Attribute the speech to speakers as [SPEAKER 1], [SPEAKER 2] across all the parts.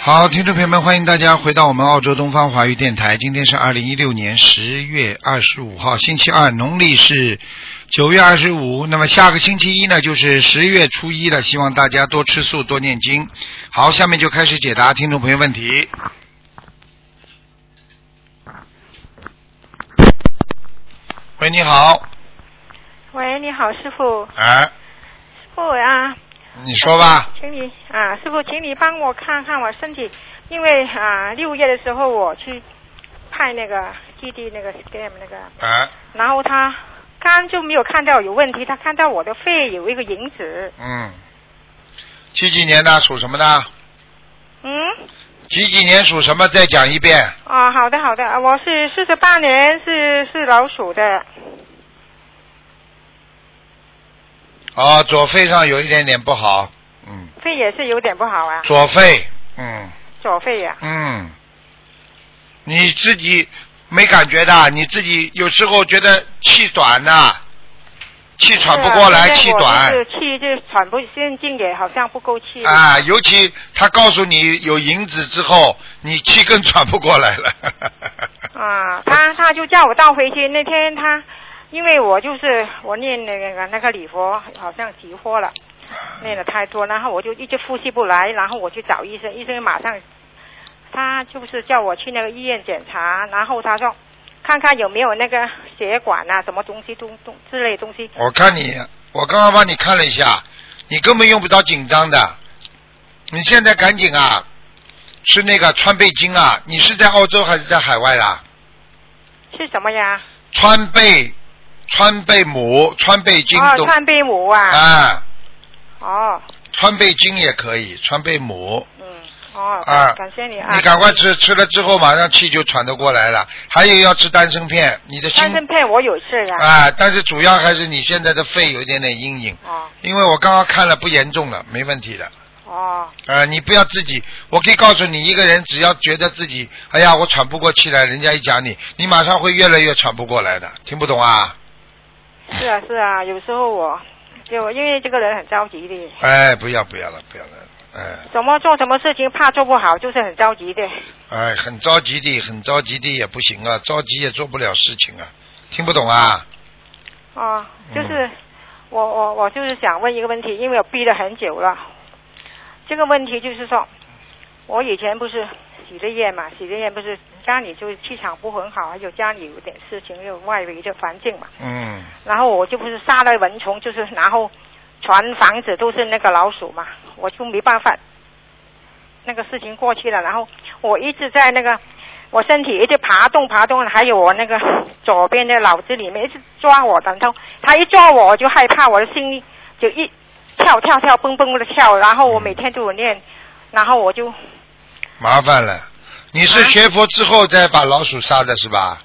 [SPEAKER 1] 好，听众朋友们，欢迎大家回到我们澳洲东方华语电台。今天是二零一六年十月二十五号，星期二，农历是九月二十五。那么下个星期一呢，就是十月初一了。希望大家多吃素，多念经。好，下面就开始解答听众朋友问题。喂，你好，
[SPEAKER 2] 喂，你好，师傅，
[SPEAKER 1] 哎，
[SPEAKER 2] 师傅啊，
[SPEAKER 1] 你说吧。
[SPEAKER 2] 请你啊，师傅，请你帮我看看我身体，因为啊，六月的时候我去拍那个弟弟那个 scam 那个，
[SPEAKER 1] 哎，
[SPEAKER 2] 然后他肝就没有看到有问题，他看到我的肺有一个影子，
[SPEAKER 1] 嗯，几几年的？属什么的？
[SPEAKER 2] 嗯，
[SPEAKER 1] 几几年属什么？再讲一遍。
[SPEAKER 2] 啊，好的好的，啊我是四十八年是是老鼠的，
[SPEAKER 1] 哦，左肺上有一点点不好，嗯，
[SPEAKER 2] 肺也是有点不好啊，
[SPEAKER 1] 左肺，嗯
[SPEAKER 2] 左肺啊呀、
[SPEAKER 1] 嗯，你自己没感觉的，你自己有时候觉得气短呐、气喘不过来，
[SPEAKER 2] 是啊
[SPEAKER 1] 气
[SPEAKER 2] 现在
[SPEAKER 1] 短
[SPEAKER 2] 我就是气就喘不，现劲也好像不够气
[SPEAKER 1] 啊，尤其他告诉你有银子之后，你气更喘不过来了。
[SPEAKER 2] 啊，他他就叫我倒回去。那天他，因为我就是我念那个那个礼佛，好像急火了，念的太多，然后我就一直呼吸不来，然后我去找医生，医生马上，他就是叫我去那个医院检查，然后他说看看有没有那个血管啊，什么东西东东之类的东西。
[SPEAKER 1] 我看你，我刚刚帮你看了一下，你根本用不着紧张的。你现在赶紧啊，吃那个川贝精啊！你是在澳洲还是在海外啦？
[SPEAKER 2] 是什么呀？
[SPEAKER 1] 川贝、川贝母、川贝精
[SPEAKER 2] 哦，
[SPEAKER 1] 都
[SPEAKER 2] 川贝母啊。
[SPEAKER 1] 啊，
[SPEAKER 2] 哦，
[SPEAKER 1] 川贝精也可以，川贝母。
[SPEAKER 2] 嗯，哦，
[SPEAKER 1] 啊
[SPEAKER 2] 感谢你啊。
[SPEAKER 1] 你赶快吃，吃了之后马上气就喘得过来了。还有要吃丹参片，你的
[SPEAKER 2] 丹
[SPEAKER 1] 心
[SPEAKER 2] 参片我有吃呀。
[SPEAKER 1] 啊，但是主要还是你现在的肺有一点点阴影，
[SPEAKER 2] 哦
[SPEAKER 1] 因为我刚刚看了不严重了，没问题的。
[SPEAKER 2] 哦
[SPEAKER 1] 呃，你不要自己，我可以告诉你，一个人只要觉得自己，哎呀，我喘不过气来，人家一讲你，你马上会越来越喘不过来的，听不懂啊？
[SPEAKER 2] 是啊是啊，有时候我就因为这个人很着急的，
[SPEAKER 1] 哎，不要不要了，不要了，哎
[SPEAKER 2] 怎么做什么事情怕做不好，就是很着急的。
[SPEAKER 1] 哎，很着急的，很着急的也不行啊，着急也做不了事情啊，听不懂啊？
[SPEAKER 2] 啊，就是、我我我就是想问一个问题，因为我逼了很久了。这个问题就是说，我以前不是许的愿嘛，许的愿不是家里就是气场不很好，还有家里有点事情，又外围的环境嘛。
[SPEAKER 1] 嗯，
[SPEAKER 2] 然后我就不是杀了蚊虫，就是然后全房子都是那个老鼠嘛，我就没办法。那个事情过去了，然后我一直在那个我身体一直爬动爬动，还有我那个左边的脑子里面一直抓我，然后他一抓我，我就害怕，我的心就一跳跳跳蹦蹦的跳，然后我每天都有练，然后我就
[SPEAKER 1] 麻烦了，你是
[SPEAKER 2] 啊
[SPEAKER 1] 学佛之后再把老鼠杀的是吧？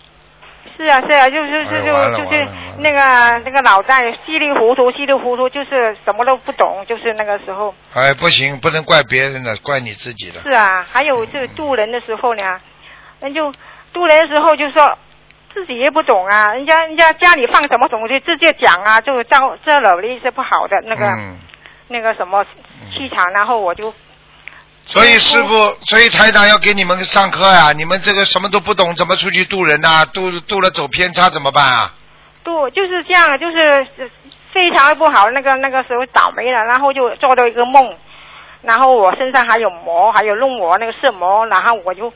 [SPEAKER 2] 是啊是啊，就是就
[SPEAKER 1] 哎
[SPEAKER 2] 是
[SPEAKER 1] 呦完了
[SPEAKER 2] 就就
[SPEAKER 1] 完
[SPEAKER 2] 是
[SPEAKER 1] 了完了
[SPEAKER 2] 那个那个脑袋稀里糊涂稀里糊涂，就是什么都不懂，就是那个时候。
[SPEAKER 1] 哎，不行，不能怪别人的，怪你自己的。
[SPEAKER 2] 是啊，还有就是渡人的时候呢，那就渡人的时候就说自己也不懂啊，人家人家家里放什么东西直接讲啊，就招这惹了一些不好的那个、
[SPEAKER 1] 嗯。
[SPEAKER 2] 那个什么气场，然后我就
[SPEAKER 1] 所以师傅，所以台长要给你们上课呀、你们这个什么都不懂，怎么出去渡人呐、渡渡了走偏差怎么办啊？
[SPEAKER 2] 渡就是这样，就是呃非常不好，那个那个时候倒霉了，然后就做到一个梦，然后我身上还有膜，还有弄我那个色膜，然后我就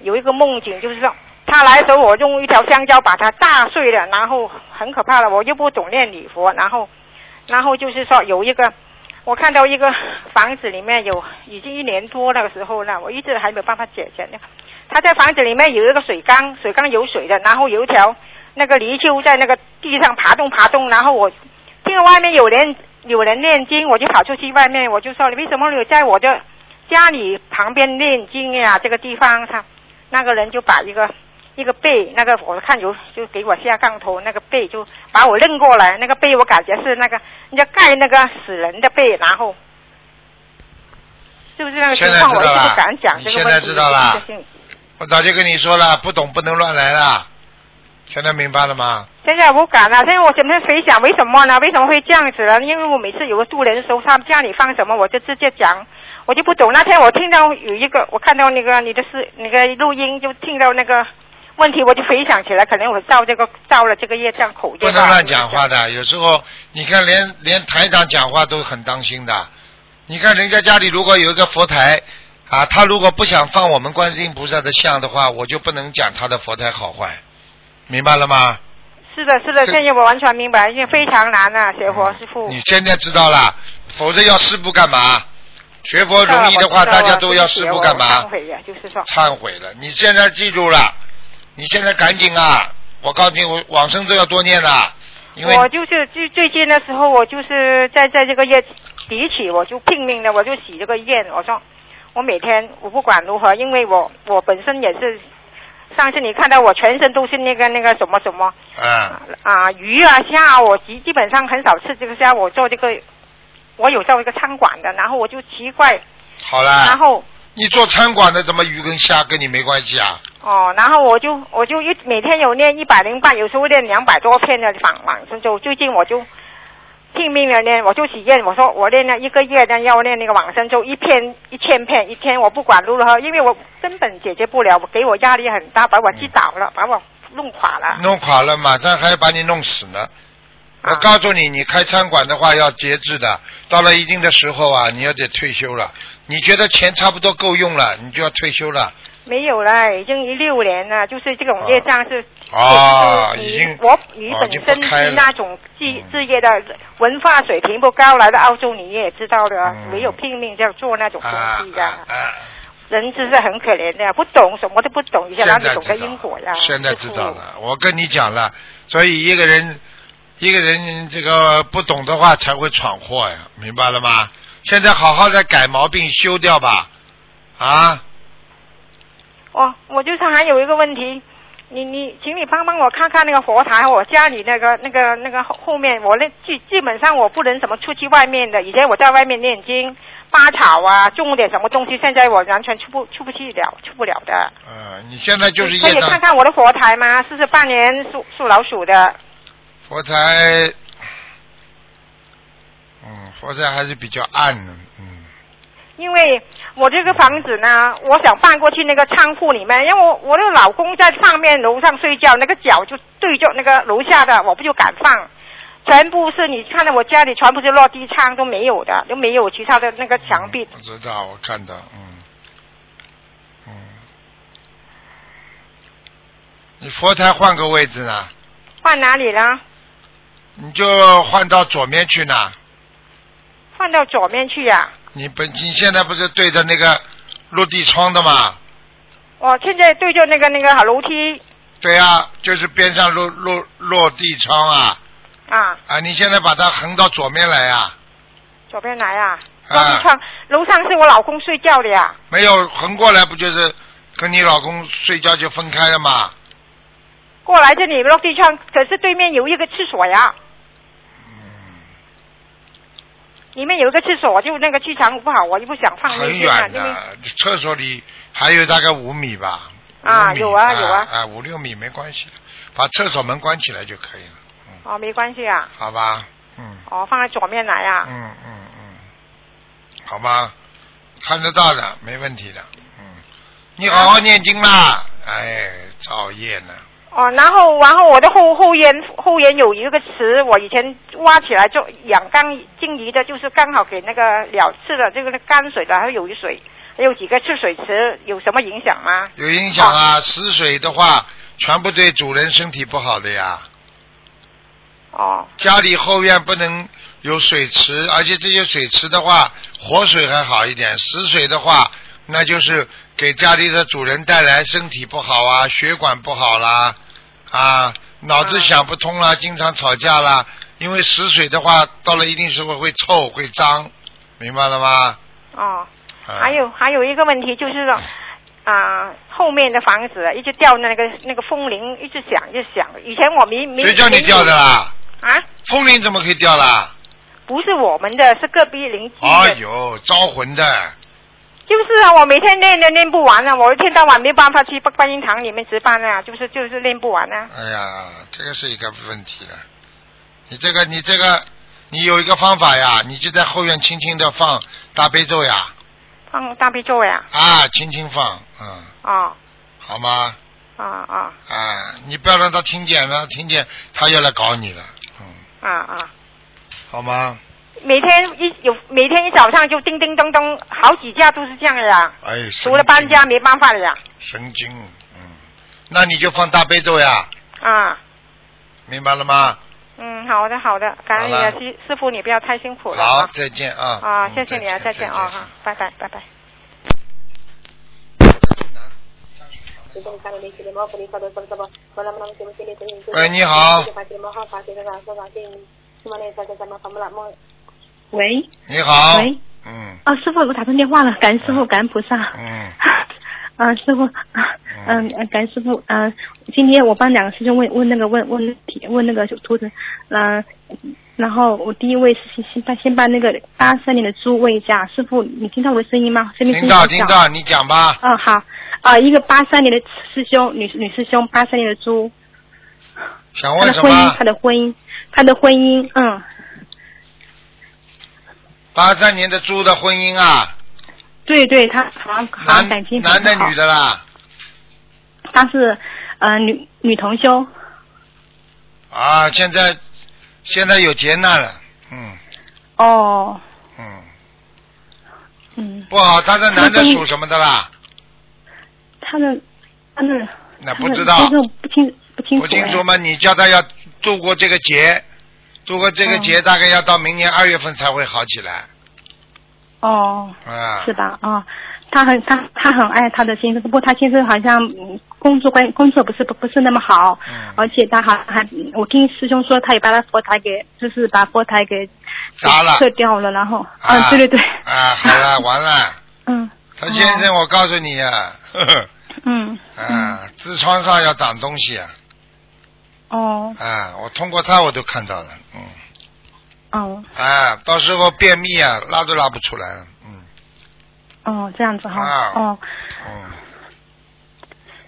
[SPEAKER 2] 有一个梦境，就是说他来的时候，我用一条香蕉把它炸碎了，然后很可怕了，我又不懂念礼佛，然后然后就是说有一个。我看到一个房子里面有已经一年多那个时候了，我一直还没有办法解决呢。他在房子里面有一个水缸，水缸有水的，然后有一条那个泥鳅在那个地上爬动爬动，然后我听到外面有人有人念经，我就跑出去外面，我就说你为什么你在我的家里旁边念经呀？这个地方他那个人就把一个一个被那个我看有就给我下杠头，那个被就把我扔过来，那个被我感觉是那个人家盖那个死人的被，然后。是不是那个情
[SPEAKER 1] 现在
[SPEAKER 2] 况？我
[SPEAKER 1] 知
[SPEAKER 2] 一
[SPEAKER 1] 道
[SPEAKER 2] 直
[SPEAKER 1] 啦
[SPEAKER 2] 不敢讲
[SPEAKER 1] 你
[SPEAKER 2] 这个
[SPEAKER 1] 现
[SPEAKER 2] 问
[SPEAKER 1] 在
[SPEAKER 2] 题。
[SPEAKER 1] 知道啦
[SPEAKER 2] 我一直信
[SPEAKER 1] 我早就跟你说了，不懂不能乱来啦。现在明白了吗？
[SPEAKER 2] 现在我敢了，现在我怎么回想为什么呢？为什么会这样子呢？因为我每次有个渡人的时候，他们家里放什么，我就直接讲。我就不懂。那天我听到有一个，我看到那个你的是那个录音，就听到那个问题，我就回想起来，可能我造这个造了这个业障口业
[SPEAKER 1] 不
[SPEAKER 2] 吧。
[SPEAKER 1] 能乱讲话的。有时候你看连，连台长讲话都很当心的。你看人家家里如果有一个佛台啊，他如果不想放我们观世音菩萨的像的话，我就不能讲他的佛台好坏，明白了吗？
[SPEAKER 2] 是的，是的，
[SPEAKER 1] 这
[SPEAKER 2] 现在我完全明白，因为非常难啊，学佛师傅。
[SPEAKER 1] 嗯你现在知道了，否则要师傅干嘛？学佛
[SPEAKER 2] 知道了
[SPEAKER 1] 容易的话，
[SPEAKER 2] 我知道
[SPEAKER 1] 大
[SPEAKER 2] 了
[SPEAKER 1] 家都要师傅干嘛
[SPEAKER 2] 对不起我忏？悔呀，啊就是说，
[SPEAKER 1] 忏悔了，你现在记住了，你现在赶紧啊！我告诉你，我往生咒要多念了，因为
[SPEAKER 2] 我就是最最近的时候，我就是在在这个月底起，我就拼命的，我就洗这个愿，我说我每天我不管如何，因为我我本身也是。上次你看到我全身都是那个那个什么什么
[SPEAKER 1] 嗯
[SPEAKER 2] 啊鱼啊虾啊，我基基本上很少吃这个虾。我做这个，我有做一个餐馆的，然后我就奇怪，
[SPEAKER 1] 好
[SPEAKER 2] 然
[SPEAKER 1] 了，
[SPEAKER 2] 后
[SPEAKER 1] 你做餐馆的怎么鱼跟虾跟你没关系啊？
[SPEAKER 2] 哦，然后我就我就一每天有练一百零八，有时候练两百多片的仿往生咒。最近我就拼命的练，我就许愿，我说我练了一个月呢，要练那个往生咒一片一千片，一天我不管如何，因为我根本解决不了，我给我压力很大，把我击倒了，把我弄垮了。
[SPEAKER 1] 弄垮了，马上还要把你弄死呢。我
[SPEAKER 2] 啊
[SPEAKER 1] 告诉你，你开餐馆的话要节制的，到了一定的时候啊，你要得退休了。你觉得钱差不多够用了，你就要退休了。
[SPEAKER 2] 没有了，已经一六年了，就是这种业障是
[SPEAKER 1] 啊，
[SPEAKER 2] 就是
[SPEAKER 1] 已
[SPEAKER 2] 你
[SPEAKER 1] 经
[SPEAKER 2] 我你
[SPEAKER 1] 哦已
[SPEAKER 2] 本
[SPEAKER 1] 经
[SPEAKER 2] 身
[SPEAKER 1] 不开了
[SPEAKER 2] 是
[SPEAKER 1] 嗯
[SPEAKER 2] 那种置置业的文化水平不高，来到澳洲你也知道的啊，
[SPEAKER 1] 嗯
[SPEAKER 2] 唯有拼命这样做那种
[SPEAKER 1] 啊
[SPEAKER 2] 东西
[SPEAKER 1] 啊
[SPEAKER 2] 呀、
[SPEAKER 1] 啊！
[SPEAKER 2] 人真是很可怜的，不懂什么都不懂，一下
[SPEAKER 1] 现
[SPEAKER 2] 哪
[SPEAKER 1] 在
[SPEAKER 2] 里
[SPEAKER 1] 知道
[SPEAKER 2] 懂得因果呀？
[SPEAKER 1] 现在知道
[SPEAKER 2] 师
[SPEAKER 1] 了，我跟你讲了，所以一个人一个人这个不懂的话才会闯祸呀，明白了吗？现在好好的改毛病修掉吧，啊，
[SPEAKER 2] 傅。哦，我就是还有一个问题，你你，请你帮帮我看看那个佛台，我家里那个那个那个后后面，我那基基本上我不能怎么出去外面的。以前我在外面念经、拔草啊，种点什么东西，现在我完全出不出不去了，出不了的。
[SPEAKER 1] 嗯，你现在就是
[SPEAKER 2] 可
[SPEAKER 1] 业
[SPEAKER 2] 以
[SPEAKER 1] 障
[SPEAKER 2] 看看我的佛台吗？四十八年属属老鼠的。
[SPEAKER 1] 佛台，嗯，佛台还是比较暗的，嗯，
[SPEAKER 2] 因为我这个房子呢，我想搬过去那个仓库里面，因为我我的老公在上面楼上睡觉，那个脚就对着那个楼下的，我不就敢放，全部是你看到我家里全部是落地窗都没有的，都没有其他的那个墙壁
[SPEAKER 1] 嗯。我知道，我看到，嗯，嗯，你佛台换个位置呢，
[SPEAKER 2] 放哪里呢？
[SPEAKER 1] 你就换到左面去呢。
[SPEAKER 2] 放到左面去呀、
[SPEAKER 1] 你本你现在不是对着那个落地窗的嘛？
[SPEAKER 2] 我现在对着那个那个楼梯
[SPEAKER 1] 对啊，就是边上落落落地窗啊
[SPEAKER 2] 啊，
[SPEAKER 1] 啊！你现在把它横到左面来啊，
[SPEAKER 2] 左边来啊，
[SPEAKER 1] 啊
[SPEAKER 2] 落地窗，楼上是我老公睡觉的呀、
[SPEAKER 1] 没有横过来不就是跟你老公睡觉就分开了嘛？
[SPEAKER 2] 过来这里落地窗，可是对面有一个厕所呀。里面有一个厕所，就那个气场不好，我就不想放啊那
[SPEAKER 1] 很
[SPEAKER 2] 边了，
[SPEAKER 1] 远
[SPEAKER 2] 因为
[SPEAKER 1] 的，厕所里还有大概五米吧。
[SPEAKER 2] 啊
[SPEAKER 1] 五米
[SPEAKER 2] 有啊有
[SPEAKER 1] 啊
[SPEAKER 2] 啊
[SPEAKER 1] 啊五六米没关系的，把厕所门关起来就可以了，
[SPEAKER 2] 哦没关系啊，
[SPEAKER 1] 好吧？嗯
[SPEAKER 2] 哦放在左面来啊。
[SPEAKER 1] 嗯嗯嗯，好吧，看得到的，没问题的。嗯，你好好念经啦，哎，造业呢。
[SPEAKER 2] 哦，然后然后我的后后院后院有一个池，我以前挖起来就养缸金鱼的，就是刚好给那个鸟吃的，这个泔水的还有雨水，还有几个吃水池，有什么影响吗？
[SPEAKER 1] 有影响啊！死水的话，全部对主人身体不好的呀。
[SPEAKER 2] 哦
[SPEAKER 1] 家里后院不能有水池，而且这些水池的话，活水还好一点，死水的话，那就是给家里的主人带来身体不好啊，血管不好啦，啊，脑子想不通
[SPEAKER 2] 嗯
[SPEAKER 1] 啦，经常吵架啦。因为死水的话，到了一定时候会臭会脏，明白了吗？
[SPEAKER 2] 哦。
[SPEAKER 1] 啊、
[SPEAKER 2] 还有还有一个问题就是说，啊、后面的房子一直掉那个那个风铃，一直响一直响。以前我没没
[SPEAKER 1] 谁叫你掉的啦？
[SPEAKER 2] 啊？
[SPEAKER 1] 风铃怎么可以掉啦？
[SPEAKER 2] 不是我们的，是隔壁邻居的。
[SPEAKER 1] 哎呦，招魂的。
[SPEAKER 2] 就是啊，我每天练都练不完啊，我一天到晚没办法去观音堂里面值班啊，就是就是练不完啊。
[SPEAKER 1] 哎呀，这个是一个问题了。你这个，你这个，你有一个方法呀，你就在后院轻轻的放大悲咒呀，
[SPEAKER 2] 放大悲咒呀？
[SPEAKER 1] 啊，轻轻放，嗯，
[SPEAKER 2] 啊
[SPEAKER 1] 好吗？
[SPEAKER 2] 啊啊
[SPEAKER 1] 啊，你不要让他听见，让他听见他要来搞你了，嗯，
[SPEAKER 2] 啊啊！
[SPEAKER 1] 好吗？
[SPEAKER 2] 每天一有每天一早上就叮叮咚咚，好几架都是这样的呀。
[SPEAKER 1] 哎，
[SPEAKER 2] 除了搬家没办法了呀。
[SPEAKER 1] 神经，嗯，那你就放大悲咒呀，
[SPEAKER 2] 啊，
[SPEAKER 1] 明白了吗？
[SPEAKER 2] 嗯，好的好的，感恩你啊，
[SPEAKER 1] 好了
[SPEAKER 2] 师师傅，你不要太辛苦了
[SPEAKER 1] 好嗯
[SPEAKER 2] 啊，。
[SPEAKER 1] 再见啊。
[SPEAKER 2] 啊，
[SPEAKER 1] 嗯
[SPEAKER 2] 谢谢你啊，再见啊，哈。拜拜拜拜。
[SPEAKER 1] 喂，哎你好，
[SPEAKER 3] 喂，
[SPEAKER 1] 你好
[SPEAKER 3] 喂，
[SPEAKER 1] 嗯
[SPEAKER 3] 啊，师傅，我打通电话了，感恩师傅，感恩菩萨。
[SPEAKER 1] 嗯，
[SPEAKER 3] 啊，师傅，嗯、呃感恩师傅，嗯、今天我帮两个师兄问问那个问问题，问那个图腾，嗯、然后我第一位是先先把先把那个八三年的猪问一下，师傅，你听到我的声音吗？声音
[SPEAKER 1] 听到听
[SPEAKER 3] 小。
[SPEAKER 1] 到，你讲吧，
[SPEAKER 3] 嗯、好，啊、一个八三年的师兄，女女师兄，八三年的猪，
[SPEAKER 1] 想
[SPEAKER 3] 她
[SPEAKER 1] 问
[SPEAKER 3] 的
[SPEAKER 1] 什
[SPEAKER 3] 婚姻，
[SPEAKER 1] 么
[SPEAKER 3] 她？的婚姻，她的婚姻，嗯，
[SPEAKER 1] 八三年的猪的婚姻啊，
[SPEAKER 3] 对对，她好像好
[SPEAKER 1] 男
[SPEAKER 3] 像感情很
[SPEAKER 1] 男的
[SPEAKER 3] 好
[SPEAKER 1] 女的啦，
[SPEAKER 3] 她是呃女女同修，
[SPEAKER 1] 啊，现在现在有劫难了，嗯
[SPEAKER 3] 哦，
[SPEAKER 1] 嗯，
[SPEAKER 3] 嗯，
[SPEAKER 1] 不好，他这男的
[SPEAKER 3] 那跟
[SPEAKER 1] 属什么的啦？
[SPEAKER 3] 他的他的
[SPEAKER 1] 那
[SPEAKER 3] 他
[SPEAKER 1] 不
[SPEAKER 3] 的
[SPEAKER 1] 知道
[SPEAKER 3] 这，个不清不清楚
[SPEAKER 1] 不
[SPEAKER 3] 哎，
[SPEAKER 1] 清楚吗？你叫他要度过这个劫，度过
[SPEAKER 3] 嗯
[SPEAKER 1] 这个劫大概要到明年二月份才会好起来
[SPEAKER 3] 哦，
[SPEAKER 1] 啊
[SPEAKER 3] 是。吧？啊、他很他他很爱他的先生，不过他先生好像嗯工作关工作不是不不是那么好，
[SPEAKER 1] 嗯
[SPEAKER 3] 而且他还还我听师兄说，他也把他佛台给就是把佛台给
[SPEAKER 1] 砸了
[SPEAKER 3] 撤掉了，然后
[SPEAKER 1] 啊
[SPEAKER 3] 嗯，对对对，
[SPEAKER 1] 啊，好 了，完了，
[SPEAKER 3] 嗯
[SPEAKER 1] 他先生，我告诉你啊， 呵呵
[SPEAKER 3] 嗯嗯
[SPEAKER 1] 啊，痔疮上要长东西啊，
[SPEAKER 3] 哦
[SPEAKER 1] 啊，我通过他我都看到了，嗯，
[SPEAKER 3] 哦
[SPEAKER 1] 啊，到时候便秘啊，拉都拉不出来了，嗯
[SPEAKER 3] 哦这样子哈、
[SPEAKER 1] 啊
[SPEAKER 3] 哦。
[SPEAKER 1] 嗯，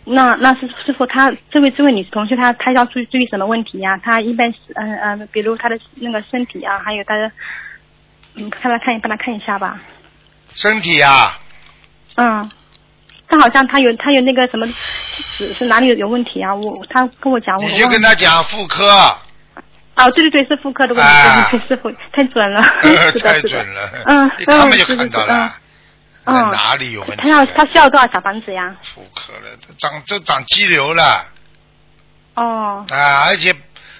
[SPEAKER 3] 那那师师傅，他这位这位女同学，她她要注意注意什么问题呀、她一般是嗯嗯，比如她的那个身体啊，还有她的嗯，看来看帮她看一下吧。
[SPEAKER 1] 身体啊，
[SPEAKER 3] 嗯，她好像她有她有那个什么是是哪里有有问题啊？我她跟我啊讲，我
[SPEAKER 1] 你就跟
[SPEAKER 3] 她
[SPEAKER 1] 他讲妇科，
[SPEAKER 3] 哦，对对对，是妇科的问题，
[SPEAKER 1] 啊呃
[SPEAKER 3] 对对对师傅太准了， 是的
[SPEAKER 1] 太
[SPEAKER 3] 是的
[SPEAKER 1] 准了，
[SPEAKER 3] 嗯，
[SPEAKER 1] 一看
[SPEAKER 3] 嗯
[SPEAKER 1] 嘛就是看到了，
[SPEAKER 3] 嗯
[SPEAKER 1] 那
[SPEAKER 3] 嗯
[SPEAKER 1] 哪里有问
[SPEAKER 3] 她
[SPEAKER 1] 题
[SPEAKER 3] 要
[SPEAKER 1] 了？
[SPEAKER 3] 她需要多少小房子呀？
[SPEAKER 1] 妇科了，都长都长肌瘤了
[SPEAKER 3] 哦，
[SPEAKER 1] 啊，而且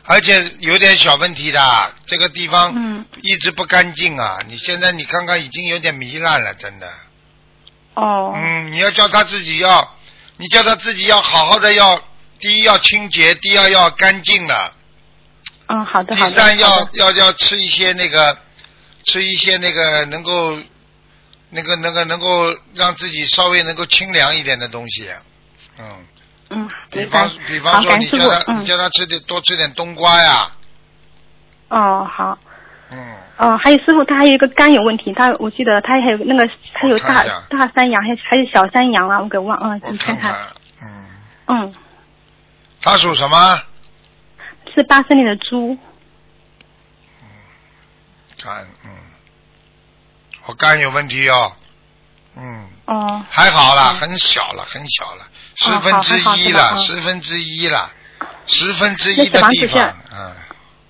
[SPEAKER 1] 而且有点小问题的，这个地方
[SPEAKER 3] 嗯，
[SPEAKER 1] 一直不干净啊！你现在你看看，已经有点糜烂了，真的。
[SPEAKER 3] 哦，
[SPEAKER 1] 嗯，你要叫他自己要，你叫他自己要好好的要，第一要清洁，第二要干净了，
[SPEAKER 3] 嗯，好的
[SPEAKER 1] 第
[SPEAKER 3] 好的，
[SPEAKER 1] 三
[SPEAKER 3] 好
[SPEAKER 1] 要
[SPEAKER 3] 的
[SPEAKER 1] 要要吃一些那个，吃一些那个能够，那个那个能够让自己稍微能够清凉一点的东西。嗯，
[SPEAKER 3] 嗯，
[SPEAKER 1] 比
[SPEAKER 3] 明白
[SPEAKER 1] 方比方
[SPEAKER 3] 好
[SPEAKER 1] 说
[SPEAKER 3] 感
[SPEAKER 1] 你
[SPEAKER 3] 谢师
[SPEAKER 1] 叫
[SPEAKER 3] 傅
[SPEAKER 1] 他、
[SPEAKER 3] 嗯
[SPEAKER 1] 你叫他吃点多吃点冬瓜呀，
[SPEAKER 3] 哦好。
[SPEAKER 1] 嗯，
[SPEAKER 3] 哦，还有师傅，他还有一个肝有问题，他我记得他还有那个，他有
[SPEAKER 1] 我
[SPEAKER 3] 大
[SPEAKER 1] 哦看一下
[SPEAKER 3] 大山羊，还有还有小山羊啊，我给忘了，
[SPEAKER 1] 我
[SPEAKER 3] 你
[SPEAKER 1] 看
[SPEAKER 3] 看看，
[SPEAKER 1] 看，嗯，
[SPEAKER 3] 嗯，
[SPEAKER 1] 他属什么？
[SPEAKER 3] 是八三年的猪，
[SPEAKER 1] 肝，嗯，我肝有问题哦，嗯，
[SPEAKER 3] 哦，
[SPEAKER 1] 还好啦，
[SPEAKER 3] 嗯
[SPEAKER 1] 很小了，很小了，
[SPEAKER 3] 哦
[SPEAKER 1] 十分之一
[SPEAKER 3] 好还
[SPEAKER 1] 了，
[SPEAKER 3] 好是
[SPEAKER 1] 十分之一了，十分之一的
[SPEAKER 3] 那小房
[SPEAKER 1] 地
[SPEAKER 3] 子
[SPEAKER 1] 方，嗯，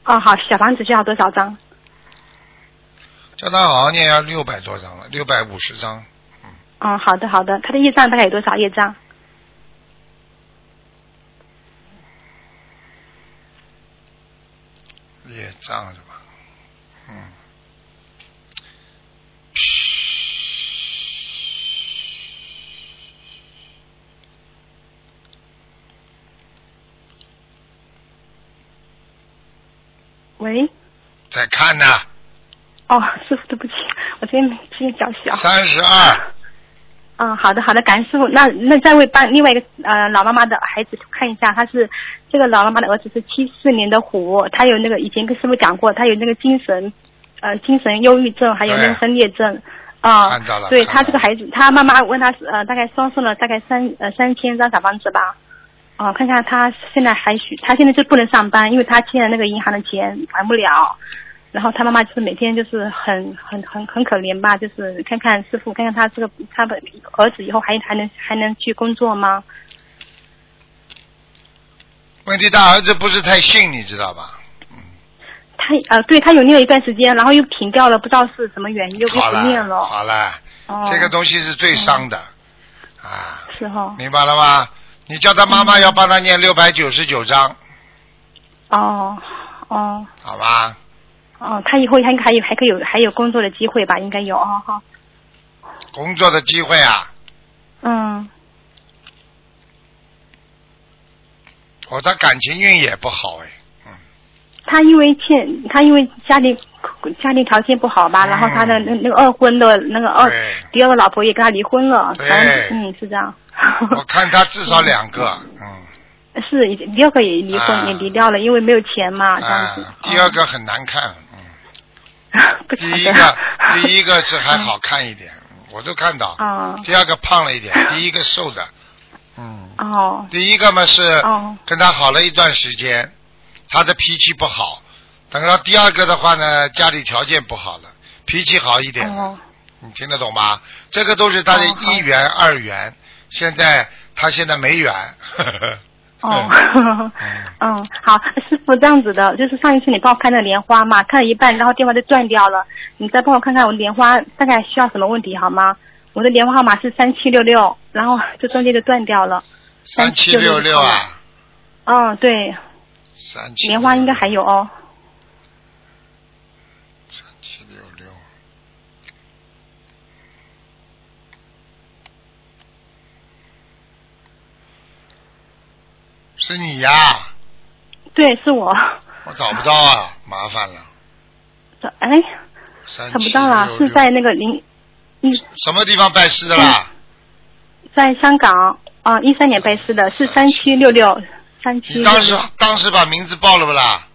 [SPEAKER 3] 哦好，小房子需要多少张？
[SPEAKER 1] 叫他好好念，要六百多张了，六百五十张，
[SPEAKER 3] 哦，好的好的，他的业障大概有多少业障？
[SPEAKER 1] 也这样子吧，嗯，
[SPEAKER 3] 喂，
[SPEAKER 1] 再看呢，
[SPEAKER 3] 哦，师傅对不起，我这边声音比较小，
[SPEAKER 1] 三十二，
[SPEAKER 3] 嗯、好的好的，感恩师傅，那那再为帮另外一个呃老妈妈的孩子看一下，他是这个老妈妈的儿子是七四年的虎，他有那个以前跟师傅讲过，他有那个精神呃精神忧郁症，还有那
[SPEAKER 1] 对
[SPEAKER 3] 个分裂症。啊、
[SPEAKER 1] 看到了
[SPEAKER 3] 对
[SPEAKER 1] 看
[SPEAKER 3] 他
[SPEAKER 1] 到
[SPEAKER 3] 这个
[SPEAKER 1] 了
[SPEAKER 3] 孩子，他妈妈问他呃，大概烧送了大概三呃三千张小房子吧，哦、看看他现在还许，他现在就不能上班，因为他欠了那个银行的钱还不了，然后他妈妈就是每天就是很很很很可怜吧，就是看看师傅，看看他这个他的儿子以后还还能还能去工作吗？
[SPEAKER 1] 问题大儿子不是太信，你知道吧？
[SPEAKER 3] 他呃，对他有念了一段时间，然后又停掉了，不知道是什么原因，又不
[SPEAKER 1] 好了
[SPEAKER 3] 念，了。
[SPEAKER 1] 好了，
[SPEAKER 3] 哦，
[SPEAKER 1] 这个东西是最伤的啊，
[SPEAKER 3] 是哈、
[SPEAKER 1] 明白了吗？你叫他妈
[SPEAKER 3] 嗯
[SPEAKER 1] 妈要帮他念六百九十九章，
[SPEAKER 3] 哦，哦，
[SPEAKER 1] 好吧？
[SPEAKER 3] 哦，他以后还还有还可以有还有工作的机会吧？应该有哦，好，
[SPEAKER 1] 工作的机会啊，
[SPEAKER 3] 嗯，
[SPEAKER 1] 哦，他感情运也不好 哎，
[SPEAKER 3] 他因为欠他因为家里家庭条件不好吧，
[SPEAKER 1] 嗯
[SPEAKER 3] 然后他的那那个二婚的那个二
[SPEAKER 1] 对
[SPEAKER 3] 第二个老婆也跟他离婚了，
[SPEAKER 1] 对
[SPEAKER 3] 反正嗯是这样，
[SPEAKER 1] 我看他至少两个，嗯，
[SPEAKER 3] 是已经第二个也离婚、
[SPEAKER 1] 啊
[SPEAKER 3] 也离掉了，因为没有钱嘛，这样子。哦
[SPEAKER 1] 啊，第二个很难看，嗯，
[SPEAKER 3] 不晓
[SPEAKER 1] 第
[SPEAKER 3] 得
[SPEAKER 1] 一个 第一个是还
[SPEAKER 3] 嗯
[SPEAKER 1] 好看一点，我都看到，
[SPEAKER 3] 啊
[SPEAKER 1] 第二个胖了一点，第一个瘦的，嗯，
[SPEAKER 3] 哦
[SPEAKER 1] 第一个嘛是
[SPEAKER 3] 哦
[SPEAKER 1] 跟他好了一段时间，他的脾气不好。等到第二个的话呢，家里条件不好了，脾气好一点了，
[SPEAKER 3] 哦
[SPEAKER 1] 你听得懂吗？这个都是他的
[SPEAKER 3] 哦好
[SPEAKER 1] 一元、二元，现在他现在没元。 呵呵
[SPEAKER 3] 哦
[SPEAKER 1] 嗯
[SPEAKER 3] 嗯，好，师傅这样子的，就是上一次你帮我看的莲花嘛，看了一半，然后电话就断掉了，你再帮我看看我莲花大概需要什么问题好吗？我的莲花号码是三七六六，然后就中间就断掉了。
[SPEAKER 1] 三七六六啊，
[SPEAKER 3] 嗯，对，
[SPEAKER 1] 三七
[SPEAKER 3] 莲花应该还有哦。
[SPEAKER 1] 三七六六。是你呀、
[SPEAKER 3] 对，是我。
[SPEAKER 1] 我找不到啊，麻烦了。
[SPEAKER 3] 哎，
[SPEAKER 1] 三
[SPEAKER 3] 找不
[SPEAKER 1] 七
[SPEAKER 3] 到啊，
[SPEAKER 1] 六
[SPEAKER 3] 是
[SPEAKER 1] 六
[SPEAKER 3] 在那个零一，
[SPEAKER 1] 什么地方拜师的啦？
[SPEAKER 3] 在香港啊，一三年拜师的，是三七六六，三七
[SPEAKER 1] 你
[SPEAKER 3] 六
[SPEAKER 1] 当时
[SPEAKER 3] 六。
[SPEAKER 1] 当时把名字报了不啦？